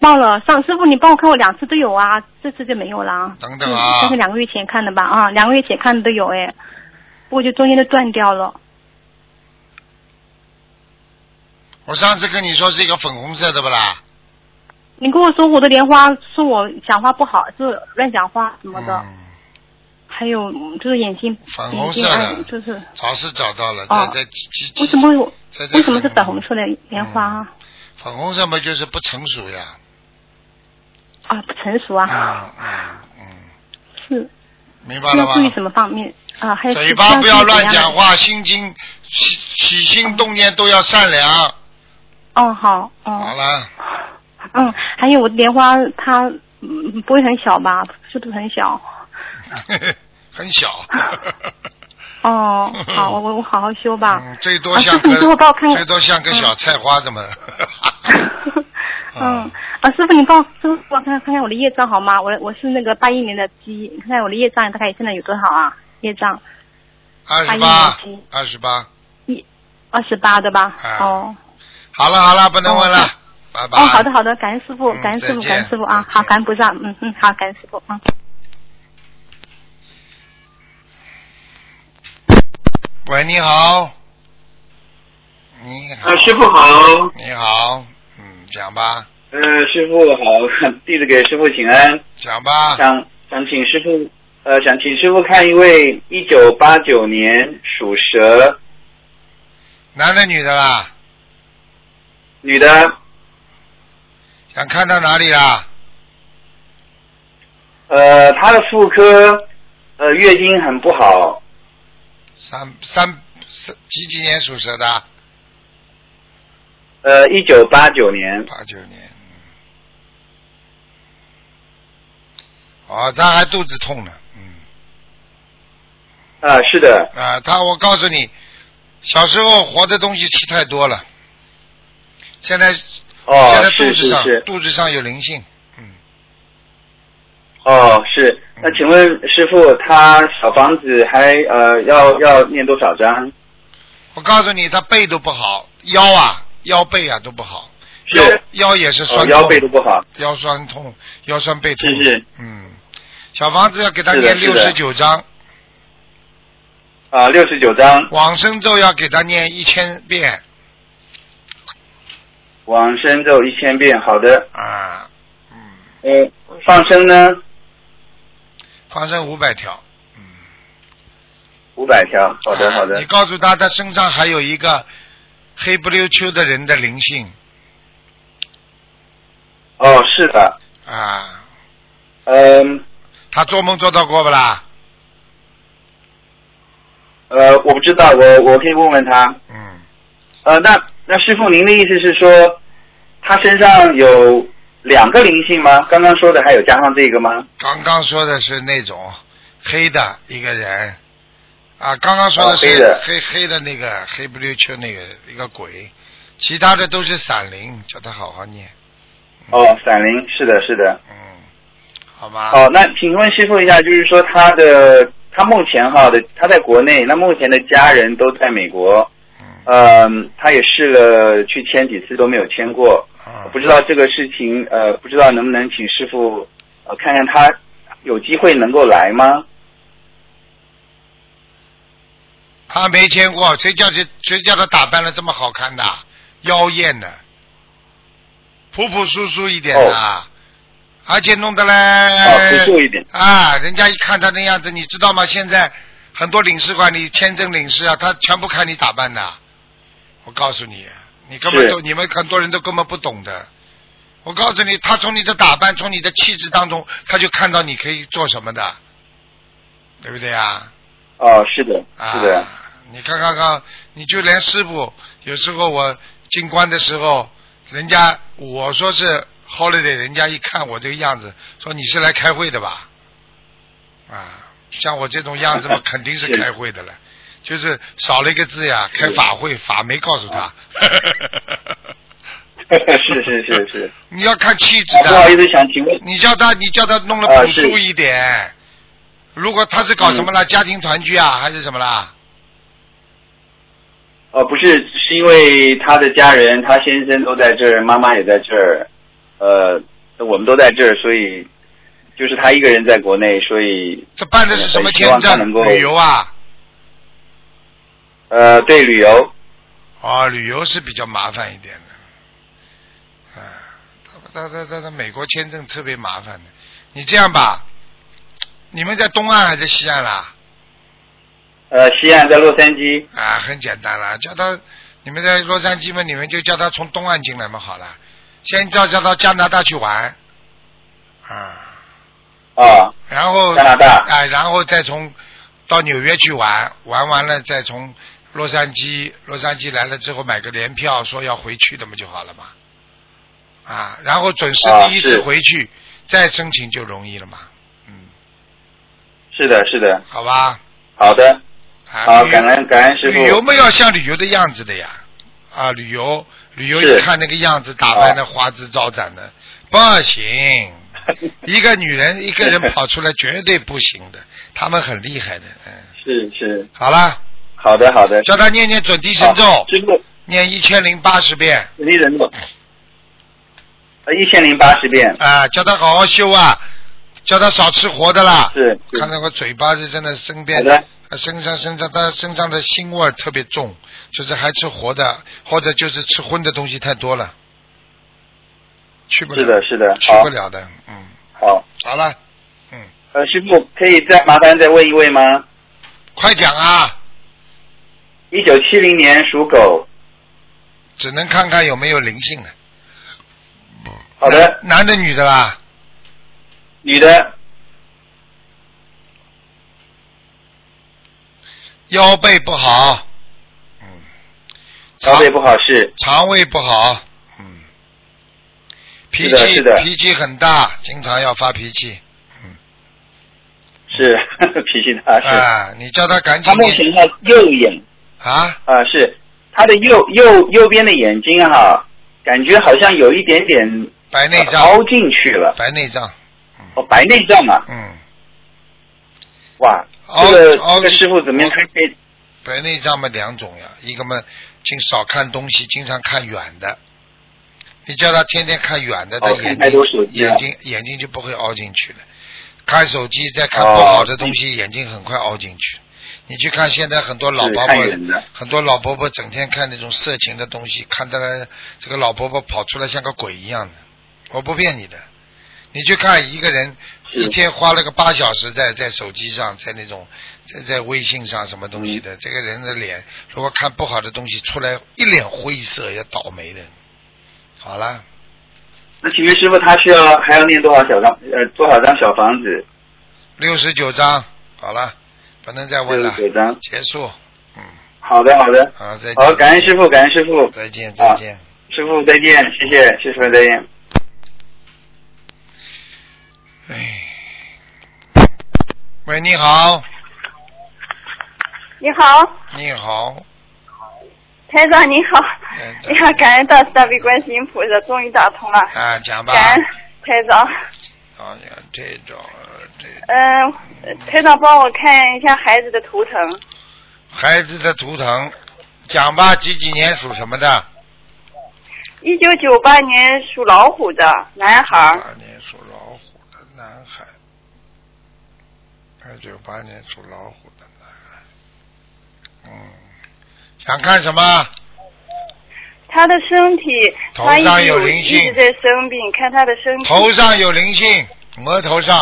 [SPEAKER 3] 报了，上师傅你帮我看我两次都有啊，这次就没有啦。
[SPEAKER 1] 等等啊
[SPEAKER 3] 嗯这是两个月前看的吧？啊，两个月前看的都有哎，不过就中间就断掉了。
[SPEAKER 1] 我上次跟你说是一个粉红色的不啦？
[SPEAKER 3] 你跟我说我的莲花是我讲话不好，是乱讲话什么的，
[SPEAKER 1] 嗯，
[SPEAKER 3] 还有嗯就是眼睛
[SPEAKER 1] 粉红
[SPEAKER 3] 眼
[SPEAKER 1] 色
[SPEAKER 3] 睛
[SPEAKER 1] 的
[SPEAKER 3] 暗，就是
[SPEAKER 1] 早是找到了，在
[SPEAKER 3] 哦
[SPEAKER 1] 在几
[SPEAKER 3] 为什么我
[SPEAKER 1] 在在
[SPEAKER 3] 为什么是粉红色的莲花
[SPEAKER 1] 嗯
[SPEAKER 3] 啊？
[SPEAKER 1] 粉红色嘛，就是不成熟呀。
[SPEAKER 3] 啊，不成熟啊，
[SPEAKER 1] 嗯嗯嗯，
[SPEAKER 3] 是
[SPEAKER 1] 明白了
[SPEAKER 3] 要
[SPEAKER 1] 吗
[SPEAKER 3] 注？意什么方面啊？还有
[SPEAKER 1] 嘴巴不要乱讲
[SPEAKER 3] 话。
[SPEAKER 1] 话，心经起起心动念都要善良。
[SPEAKER 3] 哦，好，哦。
[SPEAKER 1] 好了，
[SPEAKER 3] 嗯，还有我莲花它嗯不会很小吧？速度很小。
[SPEAKER 1] 很小。
[SPEAKER 3] 哦，好，我我我 好好修吧。
[SPEAKER 1] 嗯，最多
[SPEAKER 3] 啊
[SPEAKER 1] 像
[SPEAKER 3] 师
[SPEAKER 1] 个、
[SPEAKER 3] 傅你最后帮我看看
[SPEAKER 1] 最 多像个小菜花这么。
[SPEAKER 3] 嗯，啊，师傅，你帮我师傅帮我看看看看我的业障好吗？我我是那个八一年的鸡，你看看我的业障大概现在有多少啊？业障
[SPEAKER 1] 二十
[SPEAKER 3] 八
[SPEAKER 1] 八
[SPEAKER 3] 一年级，
[SPEAKER 1] 二十八。
[SPEAKER 3] 一二十八对吧？
[SPEAKER 1] 啊
[SPEAKER 3] 哦
[SPEAKER 1] 好了好了，不能问了，拜拜。
[SPEAKER 3] 哦，好的。好的，感恩师傅
[SPEAKER 1] 嗯，
[SPEAKER 3] 感恩师
[SPEAKER 1] 再
[SPEAKER 3] 傅，
[SPEAKER 1] 见
[SPEAKER 3] 感恩师傅啊，
[SPEAKER 1] 再见
[SPEAKER 3] 好，感恩菩萨，嗯嗯，好，感恩师傅，嗯。
[SPEAKER 1] 喂，你好。你好
[SPEAKER 4] 啊，，师傅好，
[SPEAKER 1] 你呃好，嗯，讲吧，
[SPEAKER 4] 呃，师傅好， 弟子给师傅请安，
[SPEAKER 1] 讲吧。
[SPEAKER 4] 想想请师傅，呃，想请师傅看一位一九八九年属蛇
[SPEAKER 1] 男的女的啦？
[SPEAKER 4] 女的，
[SPEAKER 1] 想看到哪里啦？
[SPEAKER 4] 呃，她的妇科，呃，月经很不好，
[SPEAKER 1] 三三三几几年属蛇的？
[SPEAKER 4] 呃，一九八九年，
[SPEAKER 1] 八九年。嗯哦，他还肚子痛呢，嗯。
[SPEAKER 4] 啊、是的，
[SPEAKER 1] 啊，他我告诉你，小时候活的东西吃太多了，现在、
[SPEAKER 4] 哦
[SPEAKER 1] 现在，肚
[SPEAKER 4] 是
[SPEAKER 1] 子
[SPEAKER 4] 是
[SPEAKER 1] 上
[SPEAKER 4] 是，
[SPEAKER 1] 肚子上有灵性，嗯，
[SPEAKER 4] 哦，是，那请问师傅，她小房子还呃要要念多少张？
[SPEAKER 1] 我告诉你，他背都不好，腰啊腰背啊都不好，
[SPEAKER 4] 是
[SPEAKER 1] 腰腰也是酸
[SPEAKER 4] 哦，
[SPEAKER 1] 痛，
[SPEAKER 4] 腰背都不好，
[SPEAKER 1] 腰酸痛，腰酸背痛，
[SPEAKER 4] 是是
[SPEAKER 1] 嗯，小房子要给他
[SPEAKER 4] 是的
[SPEAKER 1] 念六十
[SPEAKER 4] 是的
[SPEAKER 1] 九章，
[SPEAKER 4] 啊，六十九张。
[SPEAKER 1] 往生咒要给他念一千遍
[SPEAKER 4] 往生咒一千遍，好的。
[SPEAKER 1] 啊，嗯，
[SPEAKER 4] 呃，呃，放生呢？
[SPEAKER 1] 放生五百条。
[SPEAKER 4] 五百条，好的好的
[SPEAKER 1] 啊你。告诉他，他身上还有一个黑不溜秋的人的灵性
[SPEAKER 4] 哦，是的，
[SPEAKER 1] 啊，
[SPEAKER 4] 嗯
[SPEAKER 1] 他做梦做到过不啦？
[SPEAKER 4] 呃，我不知道，我我可以问问他。
[SPEAKER 1] 嗯，
[SPEAKER 4] 呃，那那师傅您的意思是说，他身上有两个灵性吗？刚刚说的还有加上这个吗？
[SPEAKER 1] 刚刚说的是那种黑的一个人，啊，刚刚说的是
[SPEAKER 4] 哦黑的
[SPEAKER 1] 黑黑的那个黑不溜秋那个一个鬼，其他的都是闪灵，叫他好好念，
[SPEAKER 4] 哦，散灵，是的是的。
[SPEAKER 1] 嗯，好吗？
[SPEAKER 4] 哦，那请问师傅一下，就是说他的他目前哈的他在国内，那目前的家人都在美国，
[SPEAKER 1] 嗯，
[SPEAKER 4] 嗯，他也试了去签几次都没有签过，
[SPEAKER 1] 啊
[SPEAKER 4] 不知道这个事情呃，不知道能不能请师傅呃看看他有机会能够来吗？
[SPEAKER 1] 他没见过，谁叫这谁叫他打扮的这么好看的，妖艳的，朴朴素素一点的，而且弄得嘞，
[SPEAKER 4] 哦，朴素一点。
[SPEAKER 1] 啊，人家一看他那样子，你知道吗？现在很多领事馆里签证领事啊，他全部看你打扮的。我告诉你，你根本
[SPEAKER 4] 是
[SPEAKER 1] 都你们很多人都根本不懂的。我告诉你，他从你的打扮，从你的气质当中，他就看到你可以做什么的，对不对啊？
[SPEAKER 4] 哦，是的，
[SPEAKER 1] 啊，
[SPEAKER 4] 是的，
[SPEAKER 1] 你看看看，你就连师傅，有时候我进关的时候，人家我说是 holiday，人家一看我这个样子，说你是来开会的吧？啊，像我这种样子嘛，肯定 是开会的了，就是少了一个字呀，开法会，法没告诉
[SPEAKER 4] 啊
[SPEAKER 1] 他。
[SPEAKER 4] 是是是 是。
[SPEAKER 1] 你要看气质
[SPEAKER 4] 啊不好
[SPEAKER 1] 的，
[SPEAKER 4] 意思，想请问，
[SPEAKER 1] 你叫他，你叫他弄得
[SPEAKER 4] 啊
[SPEAKER 1] 朴素
[SPEAKER 4] 是嗯
[SPEAKER 1] 一点。如果他是搞什么啦，家庭团聚啊，还是什么啦？
[SPEAKER 4] 哦，不是，是因为他的家人，他先生都在这儿，妈妈也在这儿，呃，我们都在这儿，所以就是他一个人在国内，所以
[SPEAKER 1] 这办的是什么
[SPEAKER 4] 很希望
[SPEAKER 1] 签
[SPEAKER 4] 他能
[SPEAKER 1] 证？
[SPEAKER 4] 够
[SPEAKER 1] 旅游啊？
[SPEAKER 4] 呃，对旅游，
[SPEAKER 1] 啊，旅游是比较麻烦一点的，啊，他他他他他美国签证特别麻烦的。你这样吧，你们在东岸还是西岸啊啦？
[SPEAKER 4] 呃，西岸在洛杉矶，
[SPEAKER 1] 啊，很简单啦，叫他你们在洛杉矶嘛，你们就叫他从东岸进来嘛，好了，先叫叫到加拿大去玩，啊，
[SPEAKER 4] 啊，
[SPEAKER 1] 然后
[SPEAKER 4] 加拿大
[SPEAKER 1] 哎，然后再从到纽约去玩，玩完了再从洛杉矶，洛杉矶来了之后买个联票，说要回去的嘛就好了嘛。啊，然后准时
[SPEAKER 4] 啊
[SPEAKER 1] 第一次
[SPEAKER 4] 是
[SPEAKER 1] 回去，再申请就容易了嘛。嗯，
[SPEAKER 4] 是的，是的，
[SPEAKER 1] 好吧。
[SPEAKER 4] 好的，
[SPEAKER 1] 啊，
[SPEAKER 4] 好，
[SPEAKER 1] 旅
[SPEAKER 4] 感恩感恩师
[SPEAKER 1] 旅游
[SPEAKER 4] 傅，
[SPEAKER 1] 嘛要像旅游的样子的呀。啊，旅游旅游，
[SPEAKER 4] 是
[SPEAKER 1] 你看那个样子，打扮的花枝招展的，不行。一个女人一个人跑出来绝对不行的，他们很厉害的。嗯，
[SPEAKER 4] 是是，
[SPEAKER 1] 好了，
[SPEAKER 4] 好的好的，
[SPEAKER 1] 叫他念念准提神
[SPEAKER 4] 好
[SPEAKER 1] 咒，
[SPEAKER 4] 师傅，
[SPEAKER 1] 念一千零八十遍
[SPEAKER 4] 李哦人咒，呃，一千零八十遍，
[SPEAKER 1] 啊、叫他好好修啊，叫他少吃活的啦。
[SPEAKER 4] 是，是
[SPEAKER 1] 看到我嘴巴是真的生
[SPEAKER 4] 好
[SPEAKER 1] 变，
[SPEAKER 4] 的，
[SPEAKER 1] 呃身上身上他身上的腥味儿特别重，就是还吃活的，或者就是吃荤的东西太多了，去不了，
[SPEAKER 4] 是的是的，
[SPEAKER 1] 去
[SPEAKER 4] 好
[SPEAKER 1] 不，了的。嗯，
[SPEAKER 4] 好，
[SPEAKER 1] 好了，嗯，
[SPEAKER 4] 呃，师傅可以再麻烦再问一位吗？
[SPEAKER 1] 快讲啊，
[SPEAKER 4] 一九七零年属狗，
[SPEAKER 1] 只能看看有没有灵性了。
[SPEAKER 4] 好的，
[SPEAKER 1] 男的女的啦，
[SPEAKER 4] 女的，
[SPEAKER 1] 腰背不好，嗯，
[SPEAKER 4] 腰背不好是，
[SPEAKER 1] 肠胃不好，嗯，脾
[SPEAKER 4] 是的
[SPEAKER 1] 气
[SPEAKER 4] 是的
[SPEAKER 1] 脾气很大，经常要发脾气。
[SPEAKER 4] 是 脾气大是。
[SPEAKER 1] 啊，你叫他赶紧
[SPEAKER 4] 她目前的右眼
[SPEAKER 1] 啊，
[SPEAKER 4] 啊、是她的右右右边的眼睛哈、感觉好像有一点点
[SPEAKER 1] 白内
[SPEAKER 4] 呃
[SPEAKER 1] 障，
[SPEAKER 4] 凹进去了，
[SPEAKER 1] 白内障，
[SPEAKER 4] 哦，白内障啊，
[SPEAKER 1] 嗯，
[SPEAKER 4] 哇，
[SPEAKER 1] 凹
[SPEAKER 4] 这个
[SPEAKER 1] 凹
[SPEAKER 4] 这个师傅怎么样
[SPEAKER 1] 凹
[SPEAKER 4] 推荐？
[SPEAKER 1] 白内障嘛两种呀，一个嘛经少看东西，经常看远的。你叫他天天看远的，他
[SPEAKER 4] 哦
[SPEAKER 1] 眼
[SPEAKER 4] 看太多手
[SPEAKER 1] 睛
[SPEAKER 4] 机了
[SPEAKER 1] 眼睛眼睛就不会凹进去了。看手机再看
[SPEAKER 4] 哦
[SPEAKER 1] 不好的东西，眼睛很快凹进去。你去看现在很多老
[SPEAKER 4] 是
[SPEAKER 1] 伯伯
[SPEAKER 4] 看远的，
[SPEAKER 1] 很多老伯伯整天看那种色情的东西，看到了这个老伯伯跑出来像个鬼一样的，我不骗你的。你去看一个人一天花了个八小时在在手机上，在那种在在微信上什么东西
[SPEAKER 4] 嗯
[SPEAKER 1] 的，这个人的脸如果看不好的东西出来，一脸灰色，要倒霉的。好了，
[SPEAKER 4] 那请问师傅，他需要还要念多少小张呃多少张小房子？
[SPEAKER 1] 六十九章，好了，不能再问了，
[SPEAKER 4] 69章
[SPEAKER 1] 结束。嗯，
[SPEAKER 4] 好的，好的，
[SPEAKER 1] 好，再见。
[SPEAKER 4] 好，感恩师傅，感恩师傅，
[SPEAKER 1] 再见，再见。
[SPEAKER 4] 师傅再见，谢谢，谢谢师傅再见。
[SPEAKER 1] 哎，喂，你好，
[SPEAKER 5] 你好，
[SPEAKER 1] 你好，
[SPEAKER 5] 台长你好，
[SPEAKER 1] 哎
[SPEAKER 5] 哎呀，感恩大慈大悲观世音菩萨，终于打通了，
[SPEAKER 1] 啊，讲吧，
[SPEAKER 5] 感恩台长。
[SPEAKER 1] 好像这种这
[SPEAKER 5] 嗯、台长帮我看一下孩子的图腾，
[SPEAKER 1] 孩子的图腾，讲吧，几几年属什么的？
[SPEAKER 5] 一九九八年属老虎的男孩儿，
[SPEAKER 1] 八年属老虎的男孩，二九八年属老虎的男孩，嗯，想看什么？
[SPEAKER 5] 他的身体，
[SPEAKER 1] 头
[SPEAKER 5] 他一
[SPEAKER 1] 上
[SPEAKER 5] 直
[SPEAKER 1] 有
[SPEAKER 5] 有
[SPEAKER 1] 灵
[SPEAKER 5] 一直
[SPEAKER 1] 性
[SPEAKER 5] 在生病，看他的身体，
[SPEAKER 1] 头上有灵性，额头上，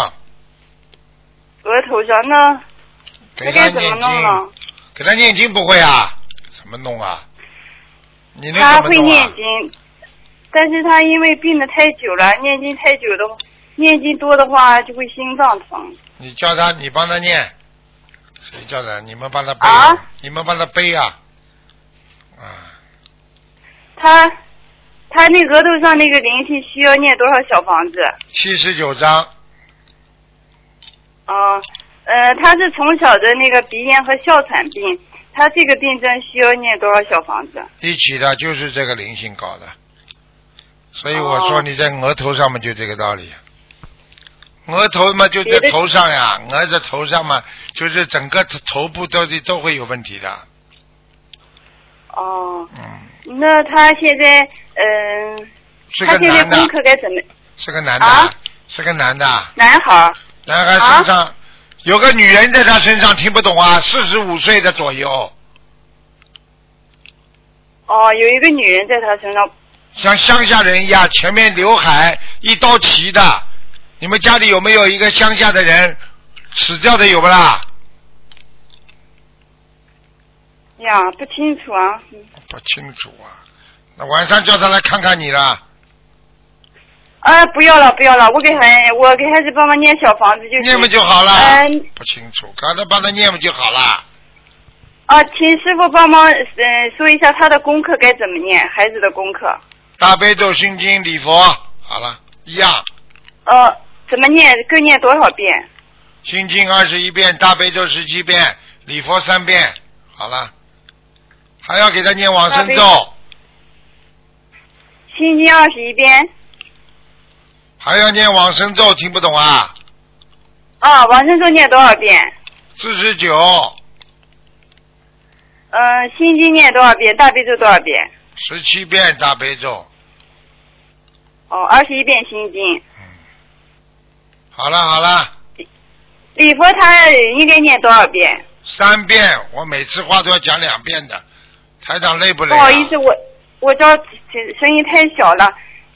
[SPEAKER 5] 额头上呢，
[SPEAKER 1] 给
[SPEAKER 5] 这
[SPEAKER 1] 他
[SPEAKER 5] 该怎么
[SPEAKER 1] 念
[SPEAKER 5] 弄啊
[SPEAKER 1] 经
[SPEAKER 5] 呢，？
[SPEAKER 1] 给他念经不会啊？怎么弄啊？你能怎
[SPEAKER 5] 他
[SPEAKER 1] 么
[SPEAKER 5] 会
[SPEAKER 1] 弄
[SPEAKER 5] 念
[SPEAKER 1] 啊？
[SPEAKER 5] 经，但是他因为病的太久了，念经太久的，念经多的话就会心脏疼。
[SPEAKER 1] 你叫他，你帮他念，谁叫他？你们帮他背，
[SPEAKER 5] 啊
[SPEAKER 1] 你们帮他背啊，啊。
[SPEAKER 5] 他他那额头上那个灵性需要念多少小房子？
[SPEAKER 1] 七十九章，
[SPEAKER 5] 啊，呃，他是从小的那个鼻炎和哮喘病，他这个病症需要念多少小房子？
[SPEAKER 1] 一起的就是这个灵性搞的，所以我说
[SPEAKER 5] 哦
[SPEAKER 1] 你在额头上面就这个道理，额头嘛就在
[SPEAKER 5] 别的
[SPEAKER 1] 头上呀，额在头上嘛，就是整个头头部都都会有问题的，
[SPEAKER 5] 哦，
[SPEAKER 1] 嗯，
[SPEAKER 5] 那他现在嗯、
[SPEAKER 1] 是
[SPEAKER 5] 他
[SPEAKER 1] 个
[SPEAKER 5] 现在
[SPEAKER 1] 男
[SPEAKER 5] 功
[SPEAKER 1] 的，
[SPEAKER 5] 课该怎么？
[SPEAKER 1] 是个男的，
[SPEAKER 5] 啊
[SPEAKER 1] 是个男的，
[SPEAKER 5] 男孩儿
[SPEAKER 1] 男孩身
[SPEAKER 5] 啊
[SPEAKER 1] 上、有个女人在他身上，听不懂啊，四十五岁的左右，
[SPEAKER 5] 哦，有一个女人在他身上。
[SPEAKER 1] 像乡下人一样，前面刘海一刀齐的。你们家里有没有一个乡下的人死掉的有不啦？
[SPEAKER 5] 呀，不清楚啊，嗯
[SPEAKER 1] 不清楚啊。那晚上叫他来看看你了。
[SPEAKER 5] 啊，不要了，不要了，我给孩，我给孩子帮忙念小房子就行。
[SPEAKER 1] 念不就好了？
[SPEAKER 5] 嗯、
[SPEAKER 1] 不清楚，刚才帮他念不就好了？
[SPEAKER 5] 啊，请师傅帮忙，嗯、说一下他的功课该怎么念，孩子的功课，
[SPEAKER 1] 大悲咒心经礼佛，好了，一样。
[SPEAKER 5] 呃，怎么念，各念多少遍？
[SPEAKER 1] 心经二十一遍，大悲咒十七遍，礼佛三遍，好了。还要给他念往生
[SPEAKER 5] 大
[SPEAKER 1] 咒，
[SPEAKER 5] 心经二十一遍，
[SPEAKER 1] 还要念往生咒，听不懂啊？
[SPEAKER 5] 啊，往生咒念多少遍？
[SPEAKER 1] 四十九、
[SPEAKER 5] 嗯、心经念多少遍？大悲咒多少遍？
[SPEAKER 1] 十七遍大悲咒，
[SPEAKER 5] 哦，二十一遍心经。
[SPEAKER 1] 好了好了，
[SPEAKER 5] 礼佛他应该念多少遍？
[SPEAKER 1] 三遍，我每次话都要讲两遍的，台长累不累、
[SPEAKER 5] 不
[SPEAKER 1] 啊？
[SPEAKER 5] 好意思，我我这声音太小了。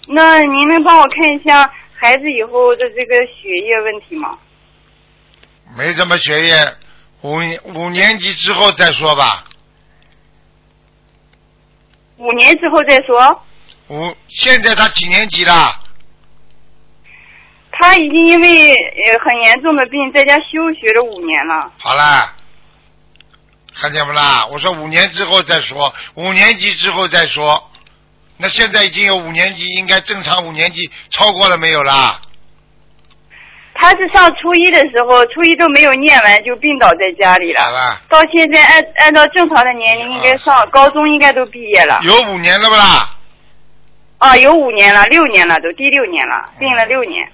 [SPEAKER 5] 那您能帮我看一下孩子以后的这个学业问题吗？
[SPEAKER 1] 没什么学业，五年五年级之后再说吧。
[SPEAKER 5] 五年之后再说。
[SPEAKER 1] 五现在他几年级啦？
[SPEAKER 5] 他已经因为呃很严重的病在家休学了五年了。
[SPEAKER 1] 好啦，看见不啦？我说五年之后再说，五年级之后再说。那现在已经有五年级，应该正常五年级超过了没有啦？
[SPEAKER 5] 他是上初一的时候，初一都没有念完就病倒在家里
[SPEAKER 1] 好
[SPEAKER 5] 了。
[SPEAKER 1] 啦，
[SPEAKER 5] 到现在按按照正常的年龄应该上高中，应该都毕业了。
[SPEAKER 1] 啊有五年了不啦？
[SPEAKER 5] 啊，有五年了，六年了，都第六年了，
[SPEAKER 1] 嗯
[SPEAKER 5] 病了六年。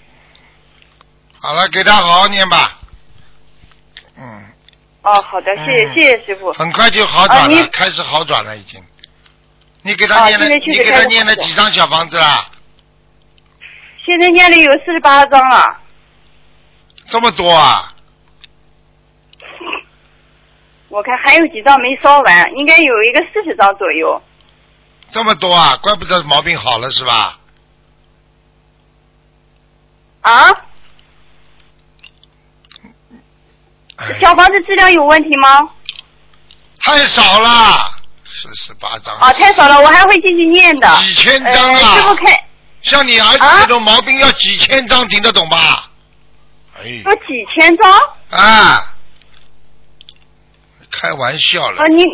[SPEAKER 1] 好了，给他好好念吧。嗯，
[SPEAKER 5] 哦，好的，谢谢、
[SPEAKER 1] 嗯
[SPEAKER 5] 谢谢师傅。
[SPEAKER 1] 很快就好转了，
[SPEAKER 5] 啊你
[SPEAKER 1] 开始好转了已经。你给
[SPEAKER 5] 啊
[SPEAKER 1] 他念了，
[SPEAKER 5] 现在确
[SPEAKER 1] 你
[SPEAKER 5] 实
[SPEAKER 1] 给
[SPEAKER 5] 开
[SPEAKER 1] 他
[SPEAKER 5] 始
[SPEAKER 1] 念了
[SPEAKER 5] 好转
[SPEAKER 1] 几张小房子啦？
[SPEAKER 5] 现在念了有四十八章了，
[SPEAKER 1] 这么多啊？
[SPEAKER 5] 我看还有几章没烧完，应该有一个四十章左右。
[SPEAKER 1] 这么多啊，怪不得毛病好了是吧？
[SPEAKER 5] 啊？
[SPEAKER 1] 哎，
[SPEAKER 5] 小房子质量有问题吗？
[SPEAKER 1] 太少了，四十八张
[SPEAKER 5] 啊，太少了，我还会继续念的。
[SPEAKER 1] 几千
[SPEAKER 5] 呃
[SPEAKER 1] 张啊
[SPEAKER 5] 师傅看
[SPEAKER 1] 像你儿子
[SPEAKER 5] 啊
[SPEAKER 1] 这种毛病要几千张，听得懂吧？哎，
[SPEAKER 5] 有几千张
[SPEAKER 1] 啊，开玩笑了
[SPEAKER 5] 啊？，你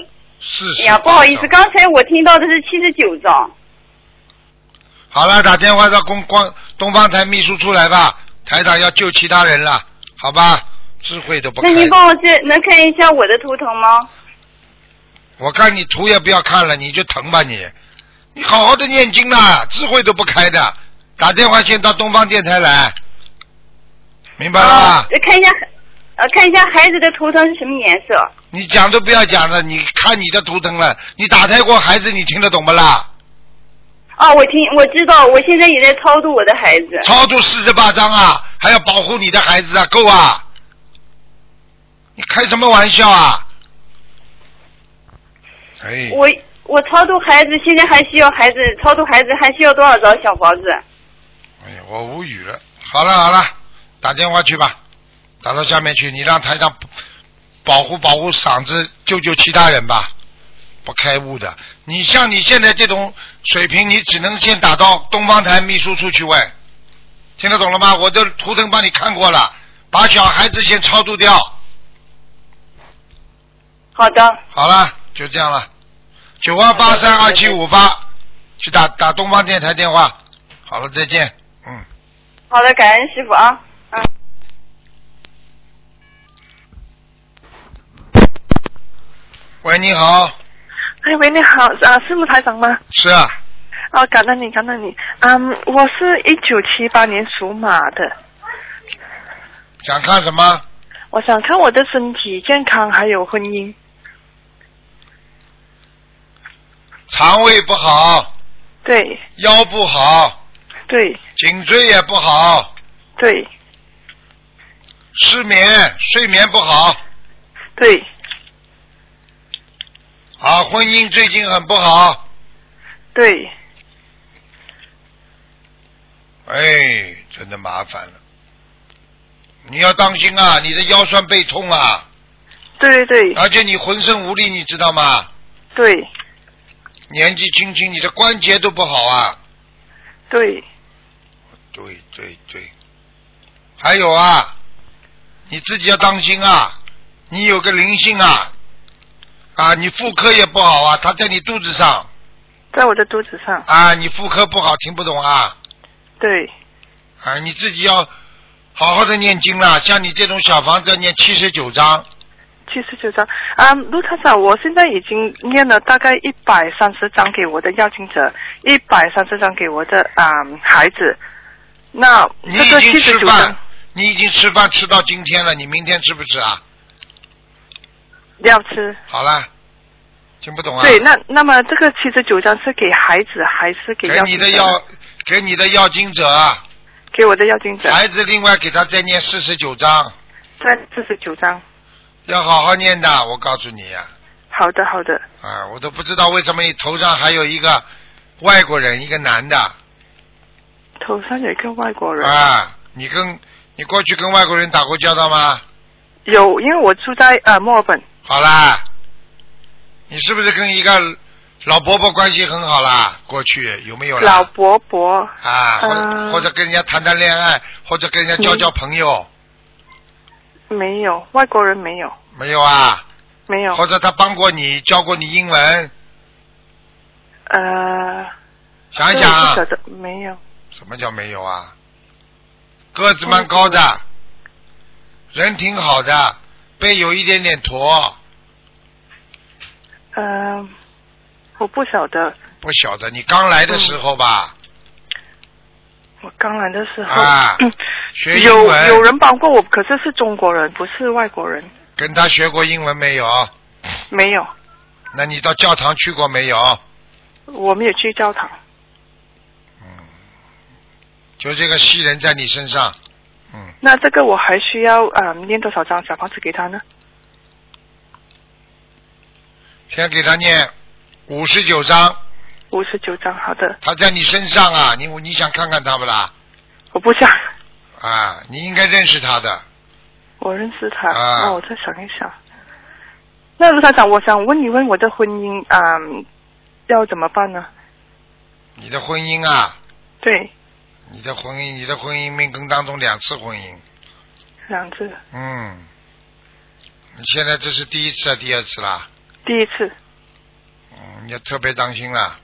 [SPEAKER 1] 四
[SPEAKER 5] 哎
[SPEAKER 1] 十。
[SPEAKER 5] 呀，不好意思，刚才我听到的是七十九张。
[SPEAKER 1] 好了，打电话到公光东方台秘书处来吧，台长要救其他人了，好吧？智慧都不
[SPEAKER 5] 那
[SPEAKER 1] 开。
[SPEAKER 5] 您帮我这能看一下我的图腾吗？
[SPEAKER 1] 我看你图也不要看了，你就疼吧你，你好好的念经啦，智慧都不开的，打电话先到东方电台来，明白了吗？
[SPEAKER 5] 啊，看一下，呃，看一下孩子的图腾是什么颜色？
[SPEAKER 1] 你讲都不要讲了，你看你的图腾了，你打胎过孩子，你听得懂不啦？
[SPEAKER 5] 啊，我听我知道，我现在也在超度我的孩子。
[SPEAKER 1] 超度四十八章啊，还要保护你的孩子啊，够啊！你开什么玩笑啊？哎，
[SPEAKER 5] 我我超度孩子，现在还需要孩子超度孩子还需要多少张小房子？
[SPEAKER 1] 哎呀，我无语了。好了好了，打电话去吧，打到下面去，你让台长保护保护嗓子，救救其他人吧。不开悟的，你像你现在这种水平，你只能先打到东方台秘书处去问，听得懂了吗？我的图腾帮你看过了，把小孩子先超度掉。
[SPEAKER 5] 好的，
[SPEAKER 1] 好了，就这样了。九二八三二七五八，去打打东方电台电话。好了，再见。嗯。
[SPEAKER 5] 好的，感恩师傅啊。嗯。
[SPEAKER 1] 喂，你好，
[SPEAKER 6] 哎喂，你好，啊，是陆台长吗？
[SPEAKER 1] 是啊，
[SPEAKER 6] 啊，感恩你，感恩你。嗯，我是一九七八年属马的，
[SPEAKER 1] 想看什么？
[SPEAKER 6] 我想看我的身体健康还有婚姻。
[SPEAKER 1] 肠胃不好，
[SPEAKER 6] 对，
[SPEAKER 1] 腰不好，
[SPEAKER 6] 对，
[SPEAKER 1] 颈椎也不好，
[SPEAKER 6] 对，
[SPEAKER 1] 失眠，睡眠不好，
[SPEAKER 6] 对，
[SPEAKER 1] 啊，婚姻最近很不好，
[SPEAKER 6] 对，
[SPEAKER 1] 哎，真的麻烦了。你要当心啊，你的腰酸背痛啊，
[SPEAKER 6] 对对对，
[SPEAKER 1] 而且你浑身无力，你知道吗？
[SPEAKER 6] 对，
[SPEAKER 1] 年纪轻轻，你的关节都不好啊。
[SPEAKER 6] 对，
[SPEAKER 1] 对对对，还有啊，你自己要当心啊，你有个灵性啊，啊，你妇科也不好啊，它在你肚子上
[SPEAKER 6] 在我的肚子上。
[SPEAKER 1] 啊，你妇科不好，听不懂啊
[SPEAKER 6] 对，
[SPEAKER 1] 啊，你自己要好好的念经啦，像你这种小房子要念七十九章，
[SPEAKER 6] 七十九张。啊，陆台长，我现在已经念了大概一百三十张给我的要经者，一百三十张给我的啊、孩子。那
[SPEAKER 1] 你
[SPEAKER 6] 这
[SPEAKER 1] 已
[SPEAKER 6] 个
[SPEAKER 1] 经
[SPEAKER 6] 七
[SPEAKER 1] 吃
[SPEAKER 6] 十九
[SPEAKER 1] 饭
[SPEAKER 6] 张，，
[SPEAKER 1] 你已经吃饭吃到今天了，你明天吃不吃啊？
[SPEAKER 6] 要吃。
[SPEAKER 1] 好了，听不懂啊？
[SPEAKER 6] 对，那那么这个七十九张是给孩子还是给
[SPEAKER 1] 给
[SPEAKER 6] 要
[SPEAKER 1] 你的
[SPEAKER 6] 精者呢
[SPEAKER 1] 要给你的要经者啊，
[SPEAKER 6] 给我的要精者？
[SPEAKER 1] 孩子另外给他再念四十九章。
[SPEAKER 6] 在四十九张。
[SPEAKER 1] 要好好念的，我告诉你啊，
[SPEAKER 6] 好的，好的，
[SPEAKER 1] 啊，我都不知道为什么你头上还有一个外国人，一个男的
[SPEAKER 6] 头上有一个外国人，
[SPEAKER 1] 啊，你跟你过去跟外国人打过交道吗？
[SPEAKER 6] 有，因为我住在呃墨尔本，
[SPEAKER 1] 好啦，你是不是跟一个老伯伯关系很好啦？过去有没有
[SPEAKER 6] 老
[SPEAKER 1] 啦？
[SPEAKER 6] 伯伯，
[SPEAKER 1] 啊，或者
[SPEAKER 6] 呃
[SPEAKER 1] 或者跟人家谈谈恋爱，或者跟人家交交朋友，
[SPEAKER 6] 没有外国人没有，
[SPEAKER 1] 没有啊？
[SPEAKER 6] 嗯没有，
[SPEAKER 1] 或者他帮过你，教过你英文，
[SPEAKER 6] 呃，
[SPEAKER 1] 想一
[SPEAKER 6] 这
[SPEAKER 1] 想
[SPEAKER 6] 我
[SPEAKER 1] 啊
[SPEAKER 6] 不晓，得没有，
[SPEAKER 1] 什么叫没有啊？个子蛮高的，人挺好的，背有一点点驼，
[SPEAKER 6] 呃，我不晓得，
[SPEAKER 1] 不晓得你刚来的时候吧？
[SPEAKER 6] 嗯我刚来的时候，
[SPEAKER 1] 啊学英
[SPEAKER 6] 有
[SPEAKER 1] 文
[SPEAKER 6] 有人帮过我，可是是中国人，不是外国人，
[SPEAKER 1] 跟他学过英文没有？
[SPEAKER 6] 没有，
[SPEAKER 1] 那你到教堂去过没有？
[SPEAKER 6] 我们也去教堂，
[SPEAKER 1] 就这个西人在你身上，嗯，
[SPEAKER 6] 那这个我还需要呃念多少张小房子给他呢？
[SPEAKER 1] 先给他念五十九章，
[SPEAKER 6] 五十九张，好的，
[SPEAKER 1] 他在你身上啊，你你想看看他不啦？
[SPEAKER 6] 我不想，
[SPEAKER 1] 啊，你应该认识他的。
[SPEAKER 6] 我认识他，
[SPEAKER 1] 啊
[SPEAKER 6] 那我再想一想。那卢台长，我想问一问我的婚姻，嗯，要怎么办呢？
[SPEAKER 1] 你的婚姻啊，
[SPEAKER 6] 对，
[SPEAKER 1] 你的婚姻，你的婚姻命根当中两次婚姻，
[SPEAKER 6] 两次，
[SPEAKER 1] 嗯，你现在这是第一次啊，第二次啦，
[SPEAKER 6] 第一次，
[SPEAKER 1] 嗯，你要特别当心啦。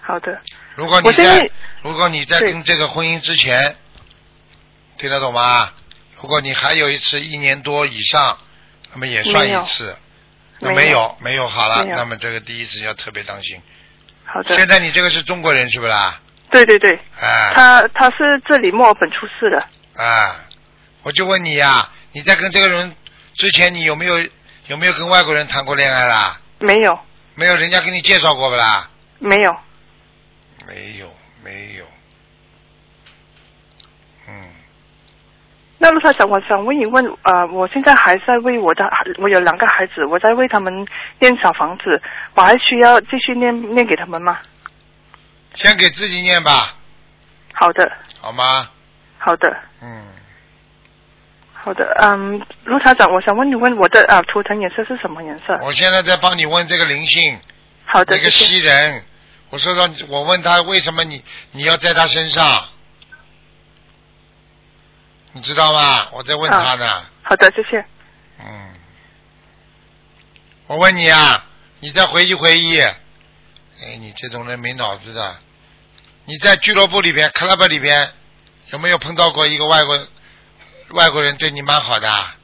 [SPEAKER 6] 好的，
[SPEAKER 1] 如果
[SPEAKER 6] 我
[SPEAKER 1] 哦你
[SPEAKER 6] 现
[SPEAKER 1] 在
[SPEAKER 6] 在
[SPEAKER 1] 如果你在
[SPEAKER 6] 对
[SPEAKER 1] 跟这个婚姻之前，听得懂吗？如果你还有一次一年多以上，那么也算
[SPEAKER 6] 没有
[SPEAKER 1] 一次。那
[SPEAKER 6] 没
[SPEAKER 1] 没
[SPEAKER 6] 有
[SPEAKER 1] 有没有好了
[SPEAKER 6] 没，有
[SPEAKER 1] 那么这个第一次要特别当心。
[SPEAKER 6] 好的，
[SPEAKER 1] 现在你这个是中国人是不是啦？
[SPEAKER 6] 对对对，
[SPEAKER 1] 哎
[SPEAKER 6] 他他是这里墨尔本出世的，
[SPEAKER 1] 哎，我就问你呀、你在跟这个人之前，你有没有有没有跟外国人谈过恋爱啦？
[SPEAKER 6] 没有
[SPEAKER 1] 没有，人家给你介绍过不啦？
[SPEAKER 6] 没有，
[SPEAKER 1] 没有没有，嗯。
[SPEAKER 6] 那陆台长，我想问一问，呃，我现在还在为我的，我有两个孩子，我在为他们念小房子，我还需要继续念念给他们吗？
[SPEAKER 1] 先给自己念吧，
[SPEAKER 6] 好的，
[SPEAKER 1] 好吗？
[SPEAKER 6] 好的，
[SPEAKER 1] 嗯，
[SPEAKER 6] 好的，嗯，陆台长，我想问一问，我的啊、呃图腾颜色是什么颜色？
[SPEAKER 1] 我现在在帮你问这个灵性，
[SPEAKER 6] 好的，
[SPEAKER 1] 那
[SPEAKER 6] 谢
[SPEAKER 1] 个
[SPEAKER 6] 谢。
[SPEAKER 1] 西人，我说到我问他为什么你你要在他身上，你知道吗？我在问他呢，
[SPEAKER 6] 好的，谢谢。
[SPEAKER 1] 嗯，我问你啊，你再回忆回忆，哎，你这种人没脑子的，你在俱乐部里边、club 里边有没有碰到过一个外国外国人对你蛮好的啊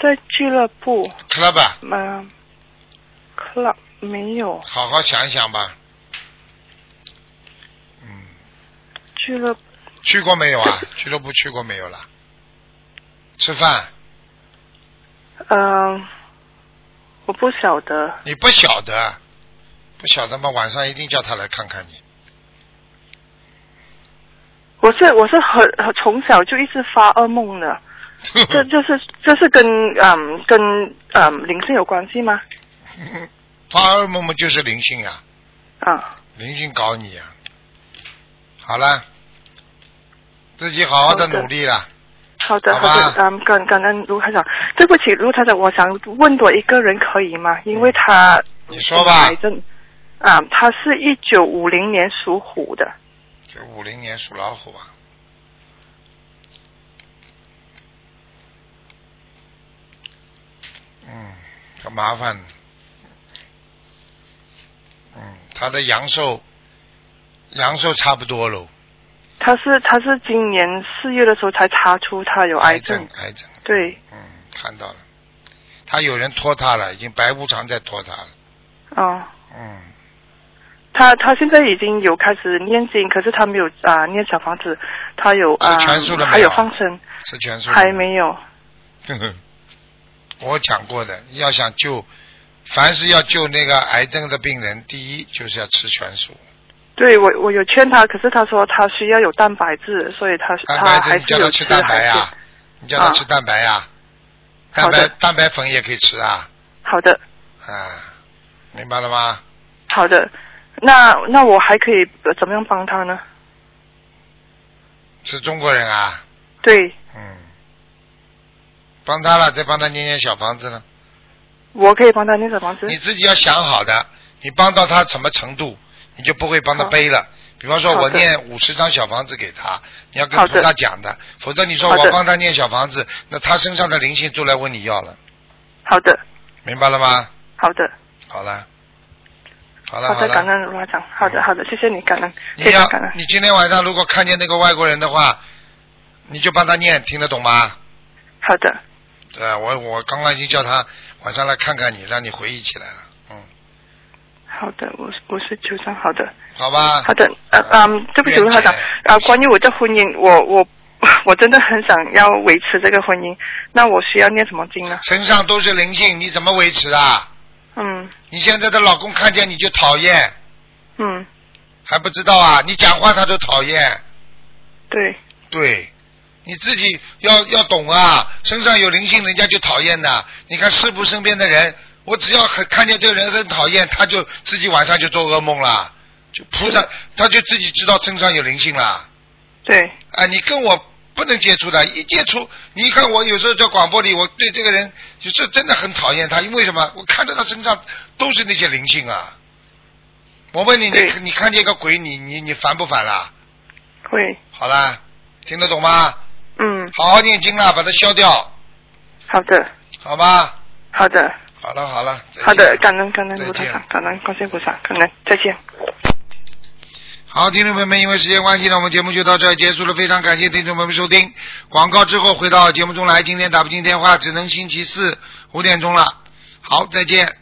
[SPEAKER 6] 在俱乐部，
[SPEAKER 1] club？啊
[SPEAKER 6] 嗯、club 没有，
[SPEAKER 1] 好好想一想吧。嗯，
[SPEAKER 6] 俱乐
[SPEAKER 1] 去过没有啊？俱乐部去过没有啦？吃饭
[SPEAKER 6] 嗯、我不晓得，
[SPEAKER 1] 你不晓得，不晓得嘛？晚上一定叫他来看看你。
[SPEAKER 6] 我是我是很很从小就一直发噩梦的。这
[SPEAKER 1] 嗯
[SPEAKER 6] 就是这是跟嗯跟嗯灵性有关系吗？
[SPEAKER 1] 发噩梦嘛，就是灵性呀、
[SPEAKER 6] 啊，
[SPEAKER 1] 灵性搞你呀、好了，自己好好的
[SPEAKER 6] 好的
[SPEAKER 1] 努力了。
[SPEAKER 6] 好的
[SPEAKER 1] 好
[SPEAKER 6] 好
[SPEAKER 1] 吧
[SPEAKER 6] 的，嗯，感感恩卢台长，对不起卢台长，我想问多一个人可以吗？因为他
[SPEAKER 1] 嗯你说吧
[SPEAKER 6] 癌症啊，他是一九五零年属虎的，
[SPEAKER 1] 这五零年属老虎啊。嗯，很麻烦。嗯，他的阳寿，阳寿差不多喽。
[SPEAKER 6] 他是他是今年四月的时候才查出他有癌症，
[SPEAKER 1] 症，癌症。
[SPEAKER 6] 对
[SPEAKER 1] 嗯，看到了。他有人拖他了，已经白无常在拖他了。
[SPEAKER 6] 啊。
[SPEAKER 1] 嗯，
[SPEAKER 6] 他他现在已经有开始念经，可是他没有啊、念小房子，他有啊、
[SPEAKER 1] 吃全素了没有
[SPEAKER 6] 还有放生，
[SPEAKER 1] 吃全素了
[SPEAKER 6] 还没有。
[SPEAKER 1] 我讲过的，要想救，凡是要救那个癌症的病人，第一就是要吃全素，
[SPEAKER 6] 对我，我有劝他，可是他说他需要有蛋白质，所以他
[SPEAKER 1] 蛋
[SPEAKER 6] 他
[SPEAKER 1] 白
[SPEAKER 6] 啊
[SPEAKER 1] 质
[SPEAKER 6] 还
[SPEAKER 1] 你
[SPEAKER 6] 是
[SPEAKER 1] 叫他
[SPEAKER 6] 有
[SPEAKER 1] 吃
[SPEAKER 6] 吃
[SPEAKER 1] 蛋白
[SPEAKER 6] 还
[SPEAKER 1] 啊
[SPEAKER 6] 是，
[SPEAKER 1] 你叫他
[SPEAKER 6] 啊
[SPEAKER 1] 吃蛋白啊，蛋
[SPEAKER 6] 好的
[SPEAKER 1] 白蛋白粉也可以吃啊，
[SPEAKER 6] 好的，
[SPEAKER 1] 啊，明白了吗？
[SPEAKER 6] 好的。那那我还可以呃怎么样帮他呢？
[SPEAKER 1] 是中国人啊，
[SPEAKER 6] 对
[SPEAKER 1] 嗯，帮他了，再帮他念念小房子呢，
[SPEAKER 6] 我可以帮他念小房子
[SPEAKER 1] 你。自己要想好的，你帮到他什么程度，你就不会帮他背了。比方说，
[SPEAKER 6] 好的
[SPEAKER 1] 我念五十张小房子给他，你要跟
[SPEAKER 6] 好的
[SPEAKER 1] 菩萨讲的，否则你说
[SPEAKER 6] 好的
[SPEAKER 1] 我帮他念小房子，那他身上的灵性都来问你要了，
[SPEAKER 6] 好的，
[SPEAKER 1] 明白了吗？
[SPEAKER 6] 好的，
[SPEAKER 1] 好了，好了，
[SPEAKER 6] 好
[SPEAKER 1] 好
[SPEAKER 6] 的，感
[SPEAKER 1] 了。嗯
[SPEAKER 6] 恩罗长。好的，好的，谢谢你，感恩，
[SPEAKER 1] 你
[SPEAKER 6] 非常
[SPEAKER 1] 要
[SPEAKER 6] 感恩。
[SPEAKER 1] 你今天晚上如果看见那个外国人的话，你就帮他念，听得懂吗？
[SPEAKER 6] 好的，
[SPEAKER 1] 对，啊我我刚刚已经叫他晚上来看看你，让你回忆起来了，嗯，
[SPEAKER 6] 好的，我是我是九张，好的。
[SPEAKER 1] 好吧。
[SPEAKER 6] 好的，呃，嗯，对不起，卢校长
[SPEAKER 1] 愿解，
[SPEAKER 6] 呃，关于我的婚姻，我我 我真的很想要维持这个婚姻，那我需要念什么经呢？
[SPEAKER 1] 身上都是灵性，你怎么维持啊？
[SPEAKER 6] 嗯
[SPEAKER 1] 你现在的老公看见你就讨厌，
[SPEAKER 6] 嗯，
[SPEAKER 1] 还不知道啊？你讲话他都讨厌，
[SPEAKER 6] 对，
[SPEAKER 1] 对，你自己要要懂啊，身上有灵性，人家就讨厌的。你看师傅身边的人，我只要很看见这个人很讨厌，他就自己晚上就做噩梦了，就菩萨他就自己知道身上有灵性了。
[SPEAKER 6] 对，
[SPEAKER 1] 啊，你跟我不能接触的，一接触，你看我有时候在广播里，我对这个人就是真的很讨厌他，因为什么？我看到他身上都是那些灵性啊。我问你，你
[SPEAKER 6] 对
[SPEAKER 1] 你看见一个鬼，你你你烦不烦啦？
[SPEAKER 6] 会，
[SPEAKER 1] 好啦，听得懂吗？
[SPEAKER 6] 嗯，
[SPEAKER 1] 好好念经啦，把它消掉，
[SPEAKER 6] 好的，
[SPEAKER 1] 好吧？
[SPEAKER 6] 好的，
[SPEAKER 1] 好了好了，再见
[SPEAKER 6] 好的，感恩感恩卢
[SPEAKER 1] 再
[SPEAKER 6] 台
[SPEAKER 1] 见
[SPEAKER 6] 长，感恩观世音菩萨，感恩，再见。
[SPEAKER 1] 好，听众朋友们，因为时间关系呢，我们节目就到这儿结束了。非常感谢听众朋友们收听广告之后回到节目中来。今天打不进电话，只能星期四五点钟了。好，再见。